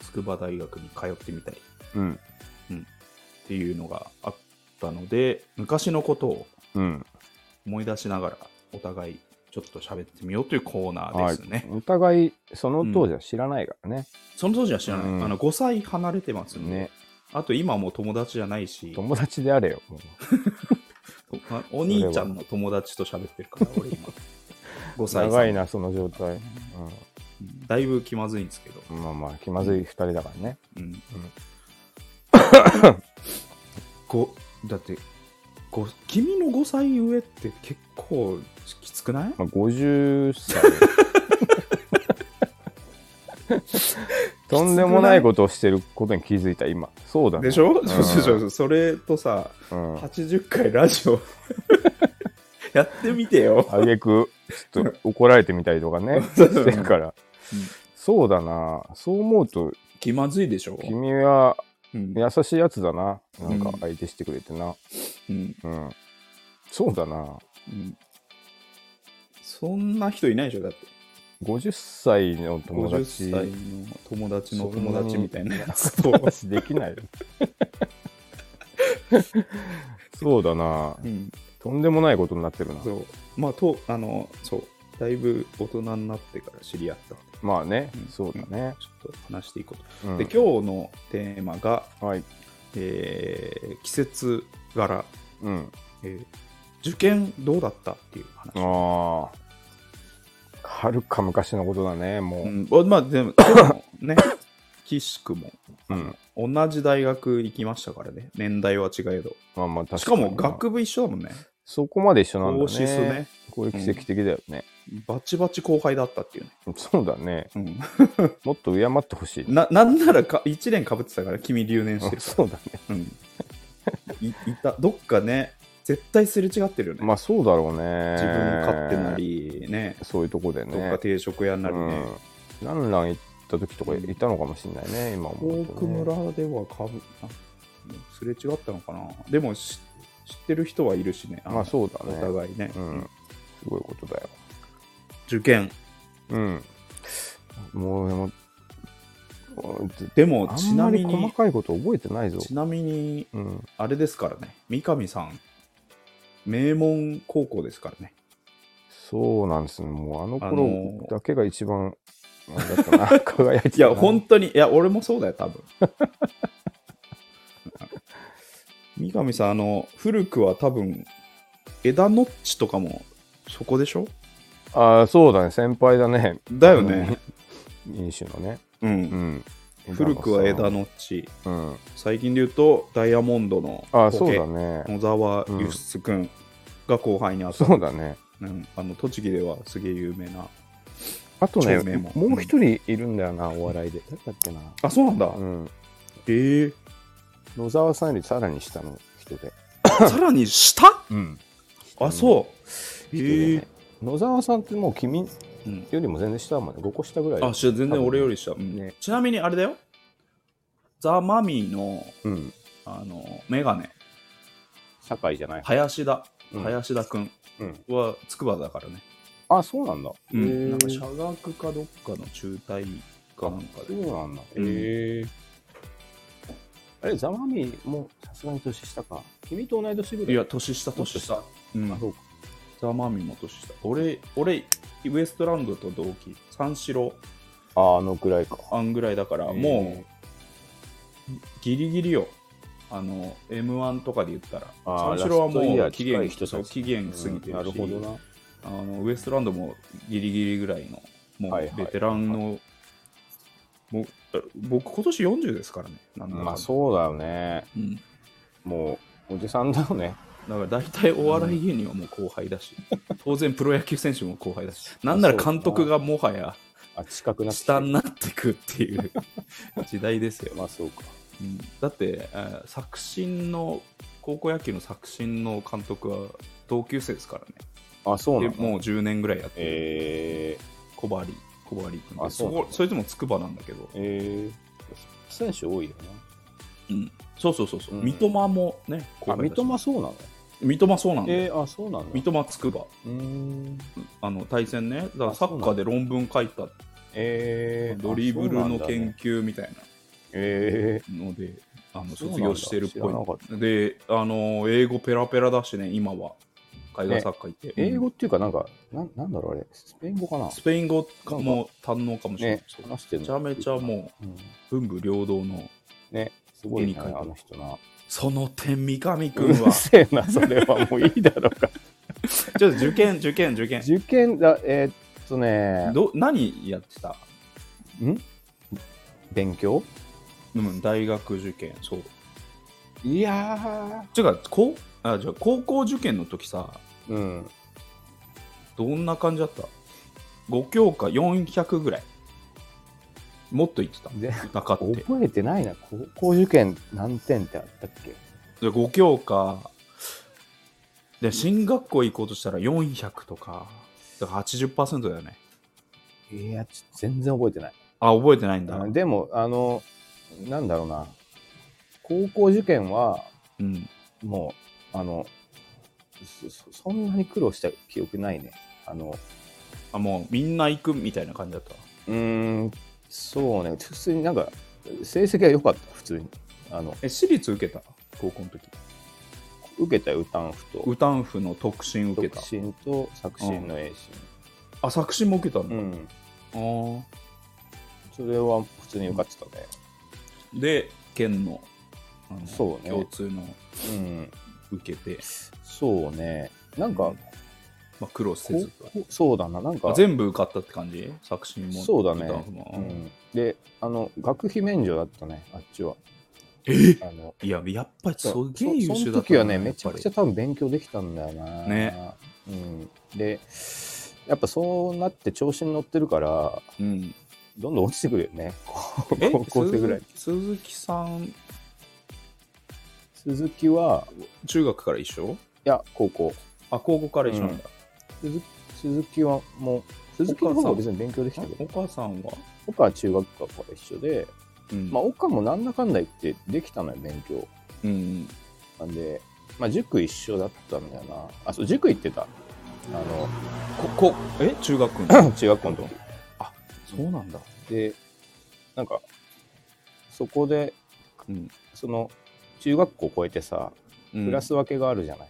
A: 筑波大学に通ってみたり
B: うん。
A: っていうのがあったので昔のことを
B: うん。
A: 思い出しながらお互いちょっと喋ってみようというコーナー
B: は
A: です
B: い
A: ね、。
B: お互い、その当時は知らないからね。
A: その当時は知らない、
B: うん
A: あの5歳離れてますんで、
B: ね。
A: あと今もう友達じゃないし
B: 友達であれよ。もう
A: あお兄ちゃんの友達と喋ってるから俺 今5歳
B: 長いな、その状態。
A: だいぶ気まずいんですけど、
B: うん。まあまあ、気まずい二人だからね。
A: うん、ごだってご君の5歳上って結構きつくない
B: まあ、50歳。 とんでもないことをしてることに気づいた、今。そうだね。
A: でしょ、
B: うん
A: そうそうそうそれとさ
B: うん。
A: 80回ラジオ やってみてよ
B: あげく、ちょっと怒られてみたりとかね、
A: そう
B: してるから。そうだな。そう思うと、
A: 気まずいでしょ、
B: 君は
A: うん
B: 優しいやつだな。なん
A: う
B: か
A: ん
B: 相手してくれてな。
A: うん
B: うん。そうだな。
A: うんそんな人いないでしょだって
B: 50歳の友
A: 50
B: 達。
A: 歳の友達の友達みたいなやつと、
B: 話できないよ。 そうだな。
A: うん、
B: とんでもないことになってるな。
A: そうまあとあのそうだいぶ大人になってから知り合った
B: まあね、
A: うん
B: そうだね。
A: ちょっと話していこうと、
B: うん
A: で今日のテーマが、
B: はい。
A: えー季節柄、
B: うん。
A: えー受験どうだったっていう話、
B: ああ。はるか昔のことだね、も
A: う
B: う。
A: んおまあでもでもね 岸くも
B: うん。
A: 同じ大学行きましたからね年代は違えど
B: まあまあ確かに。
A: しかも学部一緒だもんね
B: そこまで一緒なんだね。
A: 投資っすね
B: これ奇跡的だよね。
A: バチバチ後輩だったっていうね、
B: そうだね。
A: うん
B: もっと敬ってほし い。
A: ななんならか1年かぶってたから君留年してる
B: そうだね。
A: うん、いいたどっかね絶対すれ違ってるよね、
B: まあそうだろうね。
A: 自分の勝手な。りね
B: そういうとこで
A: どっ
B: ね
A: か。定食屋なりね、
B: うん。ランラン行った時とかいたのかもしれないね、今思う
A: フォー
B: と
A: ク
B: ね、
A: 村ではかぶあすれ違ったのかなでもし知ってる人はいるしねの
B: まあそうだね
A: お互いね、
B: うん。すごいことだよ。
A: 受験
B: うん。もうでも、うん
A: でも
B: あ
A: ち
B: ん
A: な
B: ま
A: み
B: り細
A: に
B: かいこと覚えてないぞ。
A: ちなみに
B: うん。
A: あれですからね三上さん名門高校ですからね
B: そうなんですね。もうあの
A: あの
B: 頃
A: ー
B: だけが一番、あれだっ たな輝いてたな。
A: いや、本当に、いや、俺もそうだよ、多分 三上さん、あの、古くは多分、枝ノッチとかも、そこでしょ
B: ああ、そうだね。先輩だね。
A: だよね。
B: 飲酒のね。
A: う。
B: うんん。
A: 古くは枝
B: の。
A: ノッチ。
B: うん。
A: 最近で言うと、ダイヤモンドの
B: あ
A: ポ
B: あ、
A: ケ
B: そうだね。
A: 野沢輸出君が後輩にあった、
B: そうだね。
A: うんあの栃木ではすげえ有名な。
B: あとね
A: 超名、門
B: もう一人いるんだよな、お笑いで。誰だっけな。
A: あ、そうなんだ。
B: うん。
A: え え
B: 野沢さんよりさらに下の人で。
A: さらに下
B: うん。
A: あ、そう。ええ
B: 野沢さんってもう君
A: うん
B: よりも全然下だもんね。5個下ぐらい。
A: あ、し全然俺よりした。うん
B: ね
A: ちなみにあれだよ。ザ・マミーの、
B: うん。
A: あの、メガネ、
B: 酒井じゃない。
A: 林田、
B: うん
A: 林田くん
B: うん
A: は筑波だからね。
B: あ、そうなんだ。
A: う
B: へ
A: ん。
B: ー
A: なんか、社学かどっかの中退かなんか
B: そ
A: で。
B: うなんだ。
A: うん
B: へえ。あれ、ザマミーもさすがに年下か。君と同い年ぐらい。
A: いや、年下、年下。うん
B: あ、そうか。
A: ザ・マミーも年下。俺、俺、ウエストランドと同期、三四郎
B: あ、あのくらいか。
A: あんぐらいだから、もう、ギリギリよ。あの、M1 とかで言ったら。
B: あー
A: 三四郎は
B: ラストイ
A: も
B: ヤー
A: う、期限、
B: 近い人たち
A: そう期限過ぎてるし。
B: なるほどな。
A: あのウエストランドもギリギリぐらいのも
B: はいは
A: う
B: い
A: ベテランの、もうあ僕今年40ですからねなんだかんだ
B: まあそうだよね。
A: うん、だ
B: もう、おじさんだよね。
A: から大体お笑い芸人はもう後輩だ し、当然プロ野球選手も後輩だしなんなら監督がもはや
B: あ、近くなってきて
A: 下になってくっていう時代ですよ、
B: まあそうか。
A: うんだって、えー作新の高校野球の作新の監督は同級生ですからね
B: あ、そう
A: で
B: なんだ。
A: もう10年ぐらいやってる
B: え
A: 小針小針君で
B: あそ
A: そ
B: うなんだ
A: こそいつも筑波なんだけど
B: ー、えー、選手多いよね。
A: うん、そうそうそうそう、
B: うん
A: 三笘もね、
B: あ、三笘そうなの
A: 三笘そうなんだよ、
B: えー、あ、そうなんだ。
A: 三笘つくば、
B: うーん。
A: あの対戦ね、だから
B: あ
A: サ
B: そうなん
A: ッ
B: だ
A: カーで論文書いた、
B: えー、
A: ドリブルの研
B: 究。
A: 究みたい
B: えー、
A: なので、あの
B: そうな
A: 卒
B: んだ
A: 業してるっぽ
B: 知らなかっ
A: い。で、あの英語ペラペラだしね、今は、海外サッカー行って。
B: 英語っていうか、なんか、なんなんだろう、あれ、スペイン語かな
A: スペイン語かも堪能かもしれない。
B: ね
A: そう
B: 話してる
A: め
B: の
A: ちゃめちゃも
B: うん
A: う文武両道の。
B: ね、すごい
A: 絵に
B: ね、
A: 描いた
B: あの人な。
A: その点、三上
B: う
A: 君
B: る
A: は。
B: せえな、それはもういいだろう か。
A: ちょっと受験、受験、受験。
B: 受験だ、えーっとね、
A: ど何やってた
B: ん勉強
A: うん、大学受験、そう。
B: いや
A: 違う、高あじゃあ高校受験の時さ、
B: ー、うん。
A: どんな感じだった ?5 教科400ぐらい。もっと言ってた。
B: で
A: 中って。じ
B: 覚えてないな、高校受験何点ってあったっけ
A: ゃあ5教科。で、進学校行こうとしたら400とか。だから80%だよね。
B: いや、ちょっと全然覚えてない。
A: あ、覚えてないんだ。
B: あでも、あの、なんだろうな、高校受験は、
A: うん。
B: もう、あの、そそそんなに苦労した記憶ないね。あの、
A: あ、もうみんな行くみたいな感じだった。
B: うーん、そうね、普通になんか、成績は良かった、普通に。あの、
A: え、私立受けた高校の時。
B: 受けたよ歌ンフと、
A: ウタンフの特進受けた
B: 特。進と作進の A
A: あ、作詞も受けたん
B: 進。う
A: だ。
B: ん、
A: あ
B: それは普通に受かってたね。
A: ーで、県のあの
B: そうね
A: 共通の
B: うん、
A: 受けて、
B: そうね。なんか、
A: まあ、苦労せ
B: こ
A: ずと。
B: こそうだな、なん
A: あ
B: か、
A: 全部受かったって感じ作詞も。
B: そうだね
A: 歌も
B: うん、で、あの、学費免除だったね、あっちは。
A: え
B: あの
A: いや、やっぱりす
B: そう
A: げえ優秀だったな
B: そその時はね、
A: やっぱり
B: めちゃくちゃ多分勉強できたんだよな。
A: ね。
B: うん、で、やっぱそうなって調子に乗ってるから、
A: うん。
B: どんどん落ちてくるよね。
A: え
B: 高校生ぐらい。
A: 鈴鈴木さん、
B: 鈴木は、
A: 中学から一緒
B: いや、高校。
A: あ、高校から一緒なんだ。
B: 鈴鈴木はもう、鈴木の方が別に勉強できた
A: あ
B: けど
A: お、母さんは、
B: 岡は中学校から一緒で、
A: うん
B: まあ、岡もなんだかんだ言ってできたのよ、勉強。
A: うん。
B: なんで、まあ、塾一緒だったんだよな。あ、そう、塾行ってた。あ
A: こ、こ、え中学 の
B: の、中学校の時。
A: そうなんだ。
B: で、なんか、そこで、
A: うん。
B: その、中学校を越えてさ、
A: うん
B: クラス分けがあるじゃない。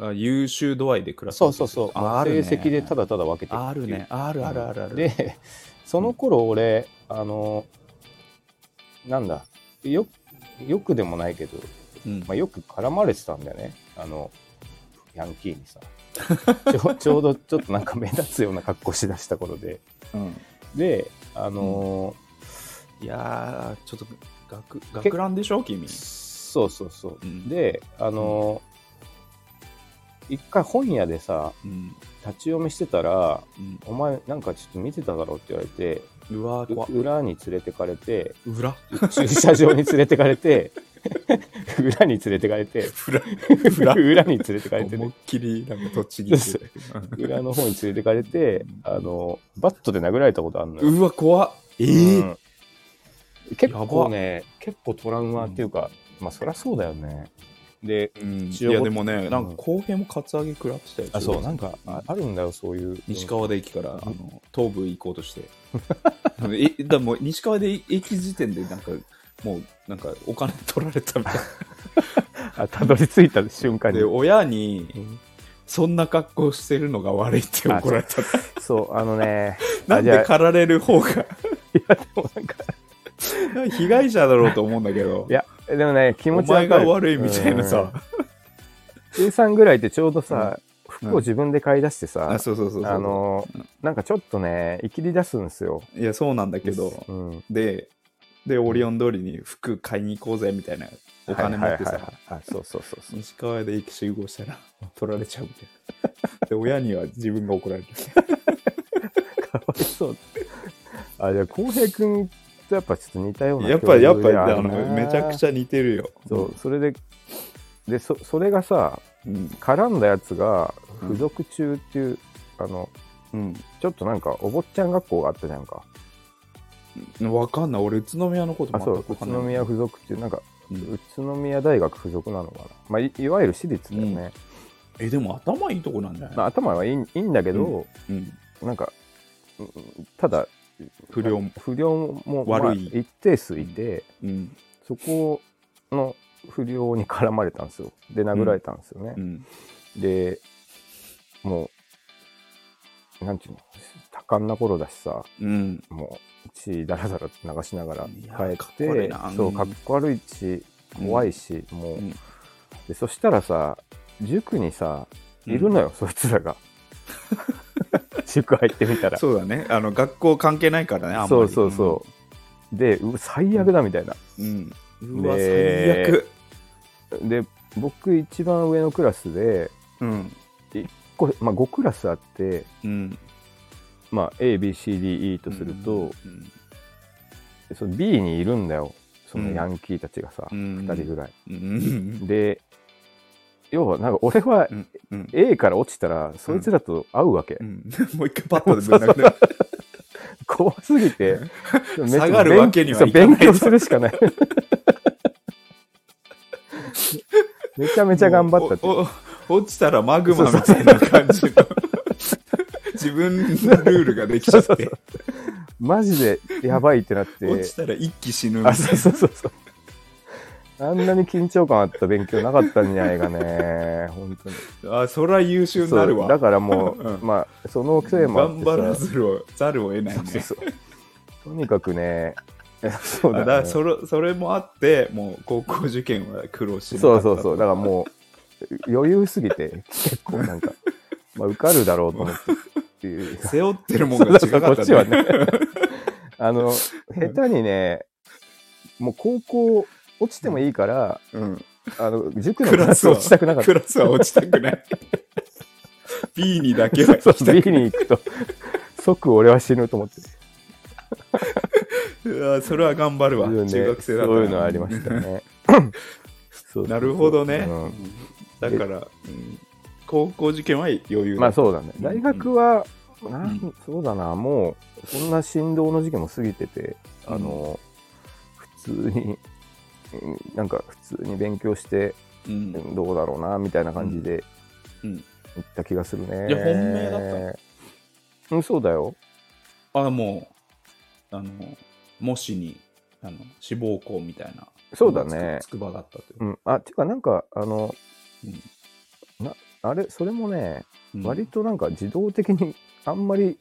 A: あ優秀度合いでクラス
B: そうそうそう。
A: ああるね
B: 成績でただただ分けていくっていう
A: あるね。あるあるあるある。
B: でその頃俺、あのなんだよよくでもないけど、
A: うん
B: まあ、よく絡まれてたんだよねあのヤンキーにさちょ ちょうどちょっとなんか目立つような格好しだした頃で
A: うん
B: であの、
A: いやー、ちょっと学、学ランでしょ君。
B: そうそうそう、
A: うん
B: であの、一回本屋でさ
A: うん。
B: 立ち読みしてたら
A: うん
B: 「お前なんかちょっと見てただろ」って言われて
A: うわー、怖っ
B: う裏に連れてかれて
A: 裏
B: 駐車場に連れてかれて 裏に連れてかれて
A: 裏
B: 裏に連れてかれて
A: 思い
B: ね
A: っきりなんか栃木
B: そ
A: で
B: う。裏の方に連れてかれてあのバットで殴られたことあるのよ、
A: うわ、怖っ。えー
B: うん結構ね結構トラウマっていうか、まあそりゃそうだよねで
A: うんい
B: 中国
A: や、でもね、なんか後編もカツアゲ食らってたよ。
B: あそうなんんかああるんだよそういう
A: 西川で駅からあの東武行こうとして。 え、だもう西川で駅時点でなんか、もうなんかお金取られたみたい
B: あたどり着いた瞬間
A: な。で、
B: に
A: 親に、
B: うん
A: そんな格好してるのが悪いって怒られた。
B: そうあのね
A: なん
B: あじゃ
A: で
B: あ
A: 狩られる方が、
B: でもなんか
A: 被害者だろうと思うんだけど
B: い、やでもね気
A: お
B: 持ち
A: 前
B: わか
A: が
B: る
A: 悪いみたいな
B: うん
A: さ。
B: 中3ぐらいってちょうどさ、服を自分で買い出してさ、
A: あ、そうそうそうそう。
B: あのなんかちょっとね生きり出すんですよ。
A: いや、そうなんだけど、
B: うん、
A: で、で、オリオン通りに服買いに行こうぜみたいな、お金持って
B: はいはい
A: さ、
B: はいはいあそうそうそうそう
A: 西川で駅集合したら、 取られちゃうみたいな。で、 親には自分が怒られる。
B: かわいそうあじゃあ浩平君とやっぱちょっと似たような
A: やっぱり、やっぱり、
B: 境遇
A: あ
B: で
A: の、
B: るな
A: めちゃくちゃ似てるよ。
B: そうそれででそそれがさ
A: うん。
B: 絡んだやつが
A: うん
B: 付属中っていう、あの
A: うん。
B: ちょっとなんかお坊ちゃん学校があったじゃんか
A: わかんない。俺、宇都宮のこと
B: あ、そう、
A: 全
B: 宇
A: く
B: 都
A: わかんない
B: 宮附属っていう、なんか、
A: うん
B: 宇都宮大学附属なのかな。まあ、いいわゆる私立だよね。
A: え、でも頭いいとこなんじゃない、
B: まあ、頭はいいいいんだけど、
A: うん。
B: なんか、うんただ、
A: 不良も。
B: 不良も、まあ
A: 悪い
B: 一定数いて、
A: うん。
B: そこの不良に絡まれたんですよ。で、殴られたんですよね。
A: うん。
B: で、もう、なんていうの、多感な頃だしさ、
A: うん。
B: もう血だらだら流しなが
A: いや
B: ら帰
A: かっ
B: っ
A: こ悪い
B: て
A: な
B: そう
A: うん
B: かっこ悪いし怖いし、もう、
A: うん
B: でそしたらさ塾にさいるのよ、そいつ らが塾入ってみたらそ
A: そうだね。あの、学校関係ないからね、あんまり。
B: うそうそうでう最悪だみたいな、
A: うん。うん。うわ、最
B: で
A: 悪。
B: で僕一番上のクラスで
A: うん。
B: こうまあ、5クラスあって、
A: うん。
B: まあ、ABCDE とすると、
A: うん、
B: その B にいるんだよそのヤンキーたちがさ、
A: うん。
B: 2人ぐらい、
A: うん。
B: で要はなんか俺は
A: うん。うん。
B: A から落ちたらそいつらと会うわけ、
A: うん、 もう一回パッとでぶん殴る。
B: 怖す ぎてめっちゃ
A: 下がるわけにはいかない
B: 勉強するし かないめちゃめちゃ頑張ったっていう
A: もうおお落ちたらマグマみたいな感じの 自分のルールができちゃって
B: マジでやばいってなって
A: 落ちたら一気死ぬみた
B: あ
A: い
B: そうそうそうそうあんなに緊張感あった勉強なかったんじゃないか ね本当に
A: なあそりゃ優秀になる
B: そ
A: わ
B: うだからも う、
A: うん
B: まあそのせいもあって
A: 頑
B: さ
A: 張らざるをざるを得ないね
B: そうそうそうとにかくねそうだ,、
A: あだ
B: ね、
A: からそれそれもあってもう高校受験は苦労してなかっ
B: そう
A: た
B: そうそう。だからもう、余裕すぎて、結構なんか、 まあ、受かるだろうと思ってっていう。
A: 背負ってるもんが違かった、
B: こっちは ね。あの、下手にね、もう高校落ちてもいいから、
A: うん、
B: あの、塾の
A: ク
B: ク
A: ラ
B: ラ
A: ス
B: ス
A: は
B: 落ちたくなかった
A: ク。ラスは落ちたく ない B にだけは行
B: そう
A: き
B: そう、
A: た
B: B
A: くない
B: に行くと、 即俺は死ぬと思って。
A: うわそれは頑張るわ、
B: いうね
A: 中学生だったら
B: そういうのはありました ね。そうそうそう
A: なるほどね
B: うん
A: だから、うん高校受験は余裕だ
B: まあそうだね。
A: うん
B: 大学は、な
A: うん
B: そうだな、もう、そんな振動の時期も過ぎてて、
A: うん
B: あの、普通に、うんなんか普通に勉強して、
A: うん
B: どうだろうな、みたいな感じで、
A: うん
B: 行った気がするね。
A: いや本命だ
B: ったうん、そうだよ。
A: あもうあのもしにあの志望校みたいな
B: そうだね
A: つくつくばだったというう、
B: ん。あ、ていうか、なんか、あの、なあれ、それもね、
A: うん
B: 割となんか自動的に、あんまり、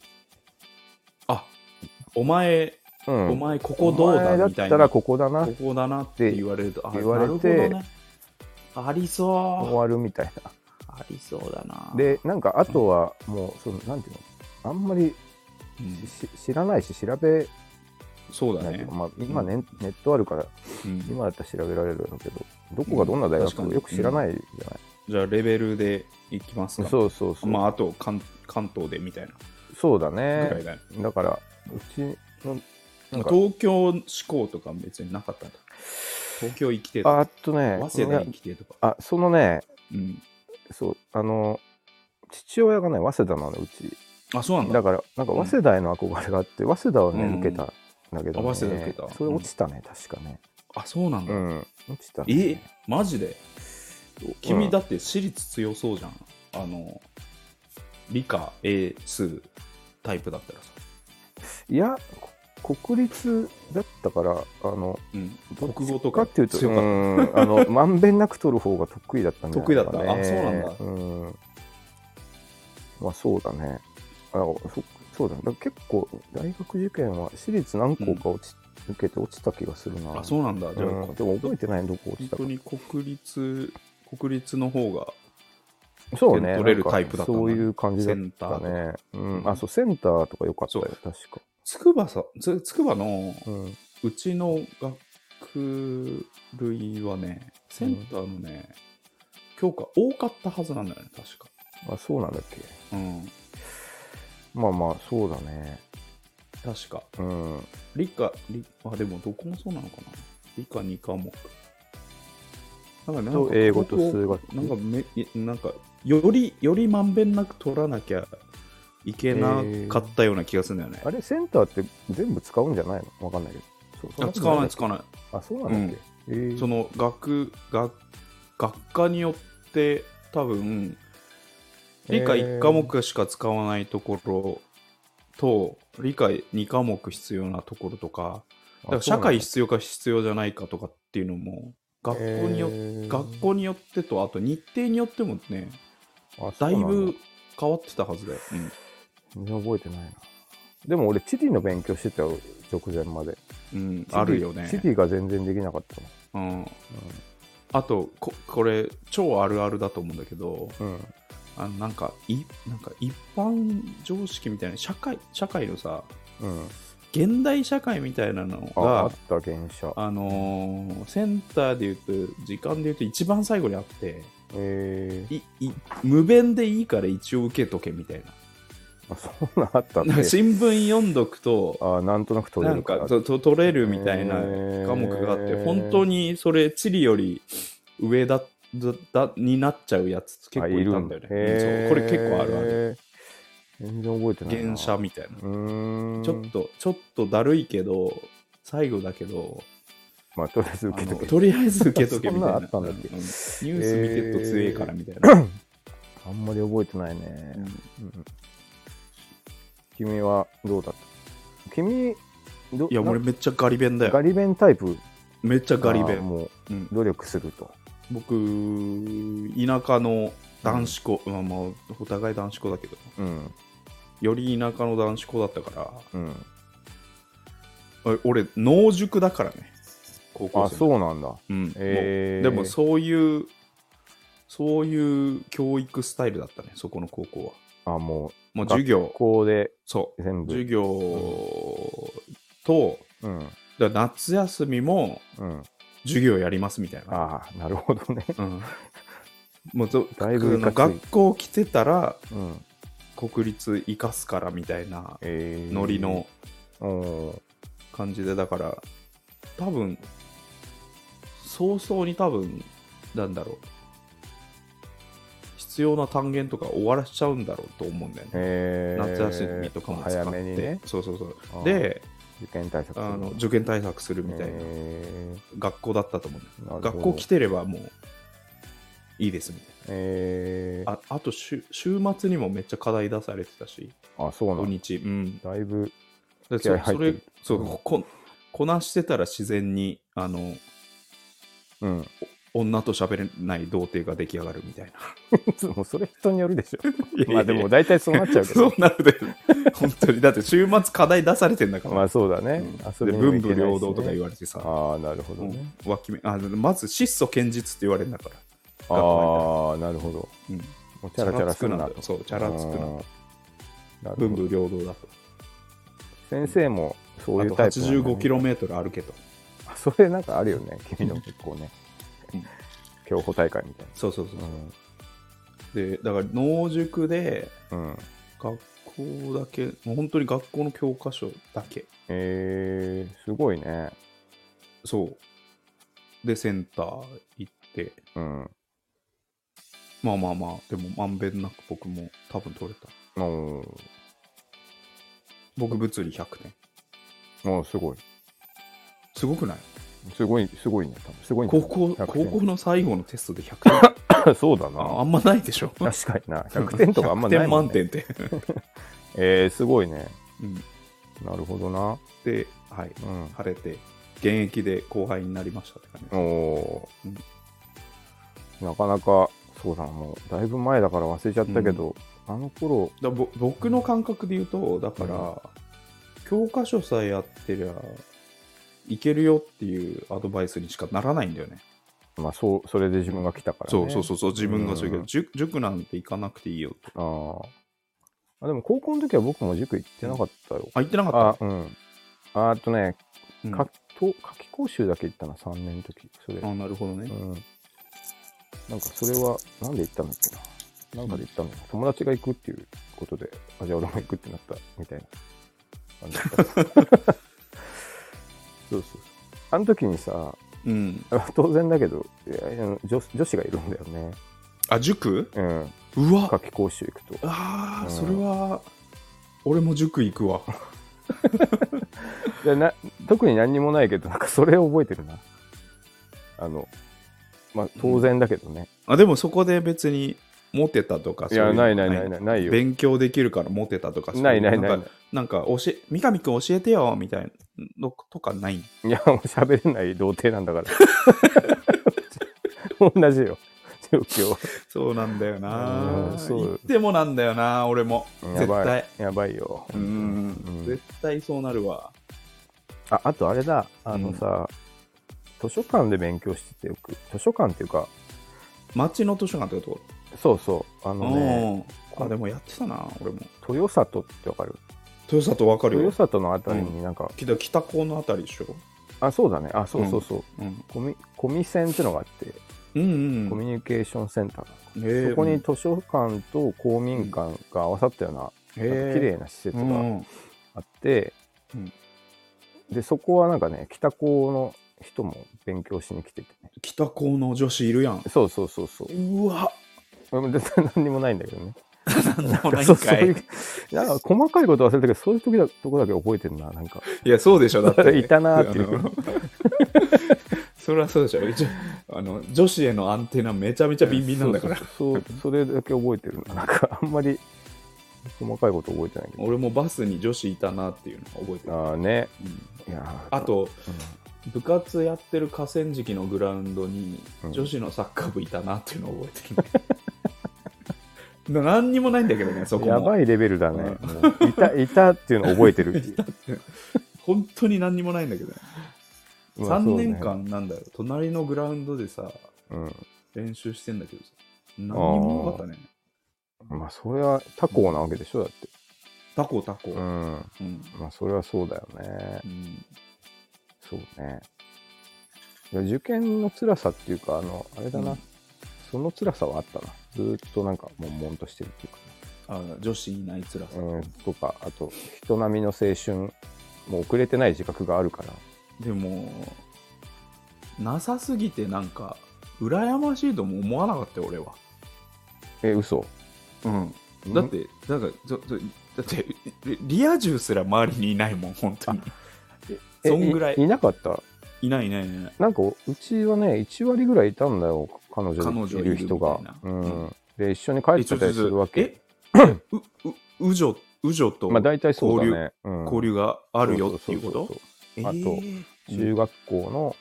A: あお前、
B: うん
A: お前ここどう
B: お前
A: だ
B: っ
A: みたい
B: た
A: な
B: ら
A: こ
B: ここだな、終
A: こだなって言われるとあ
B: 言われて
A: なるほどねありそう
B: わるみたいな。
A: ありそうだな
B: でなんかあとはもうそのなんていうのあんまり
A: うん
B: し知らないし調べ
A: そうだ
B: ないとい
A: ね
B: うか、まあ、今ね、
A: う
B: ネットあるから
A: うん
B: 今だったら調べられるんだけどどこがどんな大
A: うん確
B: 学、
A: かに
B: よく知らないじゃない、
A: じゃあレベルでいきますか
B: そうそうそう、
A: まああと関関東でみたいな
B: そうだ
A: ぐらい
B: ね
A: だね、
B: だからうちのなんか
A: 東京志向とか別になかったんだ東京行きてえとか
B: ああとね
A: 早稲田行きてえとか
B: あそのね
A: うん
B: そうあの父親がね早稲田なのうち
A: あそうなんだ
B: だからなんか早稲田への憧れがあって、早稲田をね
A: うん
B: 受けたんだけど、ね
A: あ早稲田受けた
B: それ落ちたね、確かね
A: あそうなんだ、
B: うん落ちた、ね、
A: えマジで
B: う
A: 君
B: ん
A: だって私立強そうじゃんあの理科英数タイプだったらさ、
B: いや、こ国立だったから、あの、
A: うん、
B: どっち
A: 国語とか
B: っていうと、
A: 強かった
B: うんあの、まんべんなく取る方が得意だったんじゃないか、ね、
A: 得意だったあそうなんだ
B: うん。まあ、そうだね。あそそうだね。だから結構、大学受験は私立何校か落ち、受けて落ちた気がするな。
A: あそうなんだじゃあ、
B: うんでも覚えてないどこ落ち
A: 本
B: たか
A: 当。に国立国立の方が
B: そうね。
A: 取れる
B: なんか
A: タイプだったんだ
B: そういう感じだっ
A: センタ
B: た
A: ー
B: ね。うん。あ、そう、センターとか良かったよ、確か。
A: 筑波さつ筑波の
B: うん。
A: うちの学類はねセンターのね、教科多かったはずなんだよね確か
B: あ、そうなんだっけ。
A: うん
B: まあまあ、そうだね。
A: 確か
B: うん。
A: 理科理あでもどこもそうなのかな理科2科目なんかね
B: と英語と数学
A: なんかめなんかよりよりまんべんなく取らなきゃいけなかったような気がするんだよね。
B: あれ、センターって全部使うんじゃないのわかんないけど。そ
A: あ使わない、使
B: わ
A: わない。
B: ない。あ、そうなんだっけ。えー
A: その学学学科によって多分理科
B: えー
A: 1科目しか使わないところと、理科2科目必要なところとかだから
B: あそう
A: 社
B: なんだ
A: 会必要か必要じゃないかとかっていうのも学校によっ、
B: えー
A: 学校によってとあと日程によってもね
B: あそう
A: だい
B: なん
A: ぶ変わってたはずだよ、うん
B: 全然覚えてないな。でも俺、地理の勉強してたよ、直前まで。
A: うん
B: 地理
A: あるよね
B: 地理が全然できなかったな
A: うん、あとここれ超あるあるだと思うんだけど
B: うん。うん。
A: あのなんかいなんか一般常識みたいな社会社会のさ
B: うん、
A: 現代社会みたいなの
B: あ
A: が
B: あ
A: あ
B: った、原車。
A: のーセンターでいうと時間でいうと一番最後にあって
B: え
A: いい無弁でいいから一応受けとけみたい
B: ー、あそん なあった
A: な
B: ね
A: なんか新聞読んどくと
B: あなんとなく取
A: なん
B: れるか
A: からとと取れるみたいな
B: へー
A: 科目があって本当にそれ地理より上だだだになっちゃうやつ結構いたんだよねうんそうこれ結構あるある
B: る。全然覚えてないな。
A: 原社みたいな
B: うーん。
A: ちょっと、ちょっとだるいけど、最後だけど、
B: まあ、とりあえず受けと
A: あの
B: け。
A: とりあえず受けとけみたいな。
B: そんなのあったんだっけ
A: うニュース見てると強えからみたいな。
B: あんまり覚えてないね。うん君はどうだった君、ど
A: いや、
B: な
A: 俺めっちゃガリ弁だ
B: ガ
A: よ。
B: リ弁タイプ。
A: めっちゃガリ
B: あ
A: 弁。
B: もう、
A: うん
B: 努力すると。
A: 僕、田舎の男子校、まあまあ、お互い男子校だけど、
B: うん。
A: より田舎の男子校だったから
B: うん。、
A: お俺、農塾だからね、高校
B: あ、
A: 生の。
B: そうなんだ。
A: うん、もう
B: えー
A: でも、そういう、そういう教育スタイルだったね、そこの高校は。
B: あ、もう、
A: もう授業
B: 学、校で
A: そう、
B: 全部。
A: 授業と、
B: うん。
A: だから夏休みも
B: うん。
A: 授業やりますみたいな。
B: ああ、なるほどね。
A: うん、 もうぞ
B: だいぶいかつい
A: 学校来てたら
B: うん。
A: 国立生かすからみたいな
B: えー
A: ノリの
B: おー
A: 感じで、だから多分早々に多分なんだろう必要な単元とか終わらしちゃうんだろうと思うんだよね。
B: えー
A: 夏休みとかも使って、
B: 早めにね
A: そうそうそう
B: あー
A: で
B: 受験対策
A: あの受験対策するみたいな、
B: え
A: 学校だったと思うんだよね
B: ーなるほど
A: 学校来てればもういいですみたい
B: えー
A: な。ああと週、週末にもめっちゃ課題出されてたし、
B: あそうな
A: 土
B: んだ
A: 日。うん。
B: だいぶ
A: で
B: 気合
A: そ
B: い入
A: そ
B: って
A: れ
B: る、
A: そうこ、こなしてたら自然に、あの、
B: うん
A: 女と喋れない童貞が出来上がるみたい
B: もう それ人によるでしょ
A: な。
B: まあでも
A: だ
B: 大体そうなっちゃうけ
A: そ
B: ど
A: うなるで、本当に。だって週末課題出されてんだから。
B: まあそうだ
A: う
B: ね
A: ん、
B: 遊
A: で、
B: びにも
A: 文
B: 行
A: 武
B: けないしね
A: 両道とか言われてさ、
B: ああなるほど
A: う
B: ね
A: ん、脇目あまず質素堅実って言われるんだから。
B: ああーなるほど
A: うん、
B: もうチャラチャラする
A: チャ
B: な
A: ラつくなと
B: と
A: そうチャラつくなと
B: なるほ
A: 文
B: ど
A: 武両道だと。
B: 先生もそう
A: あ
B: いう
A: と
B: タイプなんだね
A: 85km 歩けと。
B: あそれなんかあるよね君の結構ね
A: うん
B: 競歩大会みたい
A: そうそうそう
B: な。うん
A: でだから農塾で
B: うん
A: 学校だけもう本当に学校の教科書だけ
B: えー、すごいね。
A: そうでセンター行って
B: うん。
A: まあまあまあでもまんべんなく僕も多分取れた
B: も
A: 僕物理100点
B: う、もうすごい。
A: すごくない
B: すごい、すごいね。多分すごいね
A: 高校
B: 100
A: 高
B: 点
A: 校の最後のテストで100点
B: そうだ
A: ああ
B: な。
A: んまないでしょ
B: 確かにな。100点とかあんまないも
A: 100
B: ん、ね。
A: 点満点って、
B: えー、すごいね。
A: うん、
B: なるほどな。
A: ではい
B: うん。
A: 晴れて現役で後輩になりましたって感じ
B: お
A: うん
B: ー。なかなか、そうだな。もう、だいぶ前だから忘れちゃったけど、あの頃、
A: だぼ僕の感覚で言うとだから、教科書さえやってりゃいけるよっていうアドバイスにしかならないんだよね
B: まあ、そう、それで自分が来たから、ね。
A: そうそうそうそう自分がそういうけど、
B: うん
A: 塾塾なんて行かなくていいよと
B: う。あーあ。でも、高校の時は僕も塾行ってなかったよ。
A: あ行ってなか
B: あ
A: っ、
B: うん。ああとね、
A: た、うん
B: かと夏期講習だけ行ったな3年の時それ、
A: あなるほどね、
B: うん、なんかそれはなんで行ったんだっけななんかで行ったんだよ友達が行くっていうことであじゃあ俺も行くってなったみたいな感じだった そうそうそうあの時にさ
A: うん、
B: 当然だけどいやいや女女子がいるんだよね
A: あ塾
B: うん
A: うわ
B: 夏期講習行くと
A: あー
B: う
A: そ
B: ん
A: れは俺も塾行くわ。
B: でな特に何にもないけどなんかそれを覚えてるなあのまあ当然だけどね、
A: あでもそこで別にモテたとか
B: いや
A: うの
B: な
A: はい
B: ないないないないよ
A: 勉強できるからモテたとか
B: ないないない
A: んかなんか教え三上君教えてよみたいなのとかない
B: いやもう喋れない童貞なんだから 同じよ状況
A: そうなんだよな
B: うんそう
A: 行ってもなんだよな俺も
B: や
A: 絶
B: ばい
A: 対
B: やばいよ
A: う
B: うん
A: ん絶対そうなるわ
B: ああとあれだあのさ、図書館で勉強しててよく図書館っていうか
A: 町の図書館ってこ
B: そうそうあ
A: と
B: のね
A: うんあでもやってたな俺も
B: 豊里ってわかる
A: 豊里わかる
B: 豊
A: よ
B: 里のあたりになんか、
A: けど北高のあたりでしょ
B: あそうだねあそうそうそう、
A: うん
B: コミコミセンってのがあって
A: うん
B: コミュニケーションセンター、
A: うん
B: そこに図書館と公民館が合わさったような
A: 綺
B: なんか綺麗な施設があって、
A: うん
B: でそこはなんかね北高の人も勉強しに来ててね
A: 北高の女子いるやん
B: そうそうそうそう
A: うわ
B: 俺も絶対何にもないんだけどね
A: なんもない
B: そ
A: ん
B: うそう
A: か
B: い
A: いう
B: なんか細かいこと忘れたけどそういう時だとこだけ覚えてるななんか
A: いやそうでしょだって、
B: いたなーっていう
A: あの それはそうでしょ一応あの女子へのアンテナめちゃめちゃビンビンなんだから
B: そうそうそうそれだけ覚えてるななんかあんまり細かいこと覚えてないけど
A: 俺もバスに女子いたなっていうのは覚えてる、
B: ああね
A: うん
B: いやー
A: あと
B: うん
A: 部活やってる河川敷のグラウンドに
B: うん
A: 女子のサッカー部いたなっていうのを覚えてる、 な何にもないんだけどねそこも
B: やばいレベルだね。もう いた、いたっていうの覚えてる。
A: 本当に何にもないんだけど、ね、
B: まあ
A: 3年。間なんだよ隣のグラウンドでさ
B: そうね
A: 練習してんだけどさ何にもなかったね
B: うん。まあ、それは他校なわけでしょ、だって。
A: タコタコ、
B: うん。
A: うん
B: まあ、それはそうだよね
A: う。ん
B: そうね。いや受験の辛さっていうか、あの、あれだな。
A: うん
B: その辛さはあったな。ずーっとなんか、悶々としてるっていうか
A: あ女子いない辛さ、
B: ね、うん、とか、あと、人並みの青春、もう遅れてない自覚があるから。
A: でもなさすぎてなんか羨ましいとも思わなかったよ俺は、
B: え、嘘
A: うん、だっ、
B: ん
A: てなんかちょちょだってリリア充すら周りにいないもん本当に
B: え
A: そんぐらい
B: いなかった
A: いないいないいない
B: なんかうちはね1割ぐらいいたんだよ彼女
A: 彼女
B: い
A: い
B: る
A: る
B: 人
A: みた
B: が
A: いな、
B: うん、で一緒に帰
A: え
B: っ
A: ち
B: て
A: ょち
B: た
A: ょ
B: りす
A: ち
B: る
A: ょ
B: わけ
A: えううう女う女と
B: まあ大体そうだね
A: 交
B: 流
A: 流があるよっていうことえ
B: そうそうそうあと
A: ー
B: 中学校の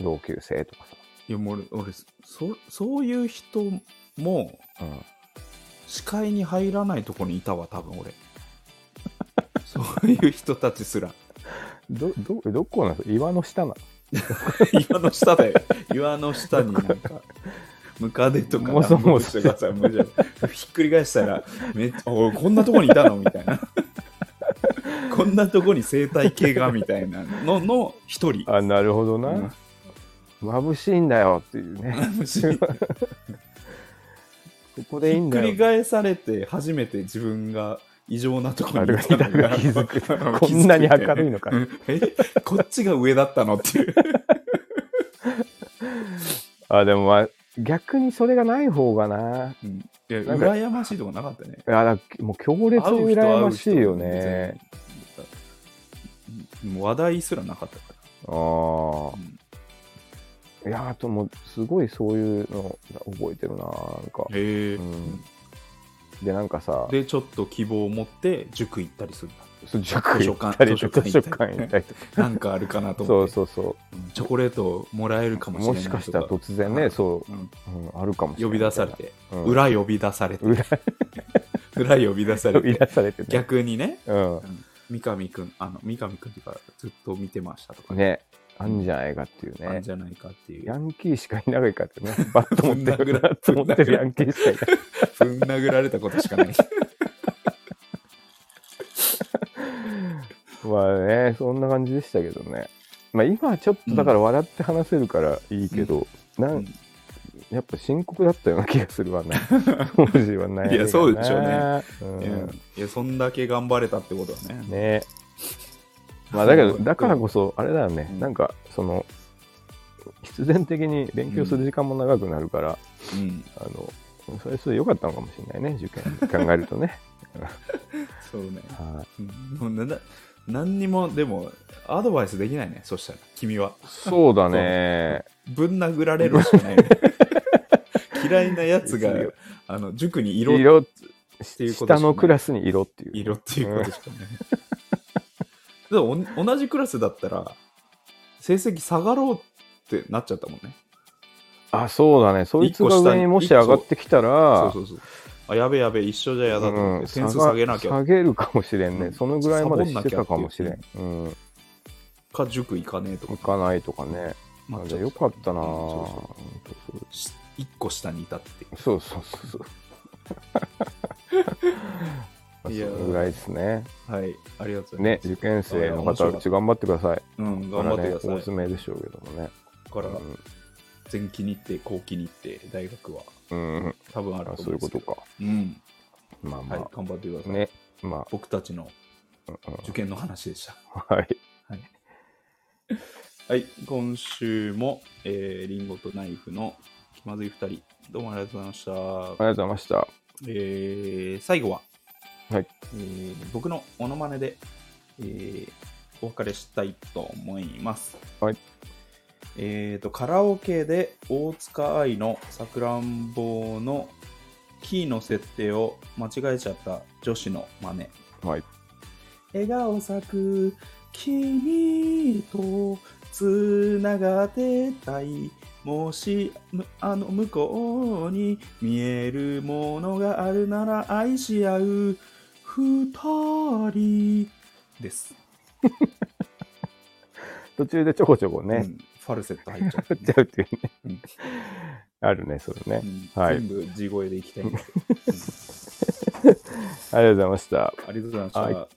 B: 同級生とか
A: いやもう俺俺そそういう人も
B: さ、うん
A: 視界に入らないとこにいたわ多分俺そういう人たちすら
B: どどどこなの岩の下な
A: 岩の下だよ岩の下になんかムカデとか
B: もそもそ
A: 乱暴とかさ無邪気ひっくり返したらめっちゃおいこんなとこにいたのみたいなこんなとこに生態系がみたいなのの一人
B: のあなるほどな、
A: うん
B: 眩しいんだよっていうね
A: ひ
B: ここでいい
A: っ
B: ん
A: く
B: だよ
A: り返されて初めて自分が異常なとこに
B: あれが気づくこんなに明るいのか
A: うんえ こっちが上だったのっていう
B: あでも、まあ、逆にそれがない方がない
A: うんいや
B: なんか
A: 羨ましいとかなかったね。
B: やだもう強烈に
A: 会う人
B: 羨ましいよね。
A: 会う人もう話題すらなかったか
B: ああ
A: ら。うん
B: いやーともうすごいそういうの覚えてるななんか、
A: へえ
B: うん、でなんかさ
A: で、ちょっと希望を持って塾行ったりするん
B: そう塾
A: 図書
B: 行っ
A: 館
B: たり図書
A: 図書
B: 館
A: 館
B: 行
A: 行
B: っ
A: った
B: りとか
A: だ。なんかあるかなと
B: そ
A: 思
B: う
A: って。
B: そうそ
A: うんチョコレートもらえるか
B: う
A: もしれ
B: も
A: ない
B: し
A: と
B: かしたら突然
A: う
B: ね
A: ん
B: そう、
A: うん
B: うん、あるかもしれ
A: 呼
B: ない
A: び出され、て、
B: うん、
A: 裏呼び出されて、
B: 裏
A: 裏呼び出され
B: 呼び
A: て、
B: 出されてね
A: 逆にね、
B: う
A: 三上くん、あの、三上くんっていうか、ずっと見てましたとか
B: ん、ねあんじゃないかっていう
A: あん
B: ね
A: じゃないかっていう
B: ヤ。ンキーしかいないかってね バット持って
A: ぶん殴
B: る
A: ら
B: バット持ってるヤンキーしかいない
A: ぶん殴られたことしかない。
B: まあねそんな感じでしたけどねまあ今はちょっとだから笑って話せるからいいけど、なん
A: うん
B: やっぱ深刻だったような気がするわ な。当時はね。
A: いやそうでしょうね
B: うん。
A: うんいや、そんだけ頑張れたってことはね。
B: ねまあだけど、
A: そう
B: だからこそ、あれだよね。
A: うん
B: なんか、その、必然的に勉強する時間も長くなるから、
A: うん。
B: あの、それそれ良かったのかもしれないね、受験考えるとね。
A: そうね。
B: はい
A: もうなな何にも、でも、アドバイスできないね、そしたら、君は。
B: そうだね。
A: ぶん殴られるしか ないね。嫌いなやつが、あの塾に色
B: 色
A: ていうことしか
B: 下のクラスに色っていう。
A: 色っていうことしかない。でもおん同じクラスだったら、成績下がろうってなっちゃったもんね。
B: あ、そうだね。そいつが上にもし上がってき
A: そ
B: た
A: う
B: ら、
A: そうそう。あ、やべやべ、一緒じゃやだと思っ
B: うん
A: て、点数下げなきゃ
B: 下げるかもしれんね、
A: うん
B: そのぐらいまでしてたかもしれん。うん。
A: か、塾行かねえとか
B: 行。かないとかね。
A: な
B: あ
A: っ
B: じ
A: ち
B: ゃ
A: ゃ
B: あ
A: っ
B: よかったな
A: うん
B: ぁ
A: し一個下にいたっていう。
B: そうそうそうそう。ま あ
A: いやー
B: そのぐらいですね。
A: はい、ありがとうござい
B: ね、受験生の
A: 面
B: 方、
A: 白
B: う
A: かった
B: ち頑張ってください。
A: ます。うん、頑張ってくださ
B: これはね大
A: い。
B: 詰めでしょうけどもね。
A: だから、
B: う
A: 全気に入って、後気に入って、大学は
B: ん。うん、
A: 多分ある
B: あ
A: と
B: そ
A: 思う
B: う
A: んで
B: いうこ
A: すけ
B: と
A: ど。
B: か。
A: うん。
B: まあま
A: は
B: あ、
A: い、頑張ってください。
B: ね。ま
A: 僕たちの
B: あ、うんうん
A: 受験の話でした。
B: はい。
A: はい、今週も、えー、リンゴとナイフの気まずい2人、どうもありがとうございました。
B: ありがとうございました。
A: えー最後は、
B: はい
A: えー僕のモノマネで、えーお別れしたいと思います。
B: はい
A: えーと、カラオケで大塚愛のさくらんぼのキーの設定を間違えちゃった女子の真似。
B: はい。
A: 笑顔咲く君とつながってたいもしむあの向こうに見えるものがあるなら愛し合う二人です、
B: 途中でちょこちょこね、
A: うんファルセット入っちゃった
B: やっち ゃうっていうね
A: うん。
B: あるね、それね
A: う。ん
B: はい
A: 全部地声でいきたいんですけど、うん
B: ありがとうございました。
A: ありがとうございました、
B: は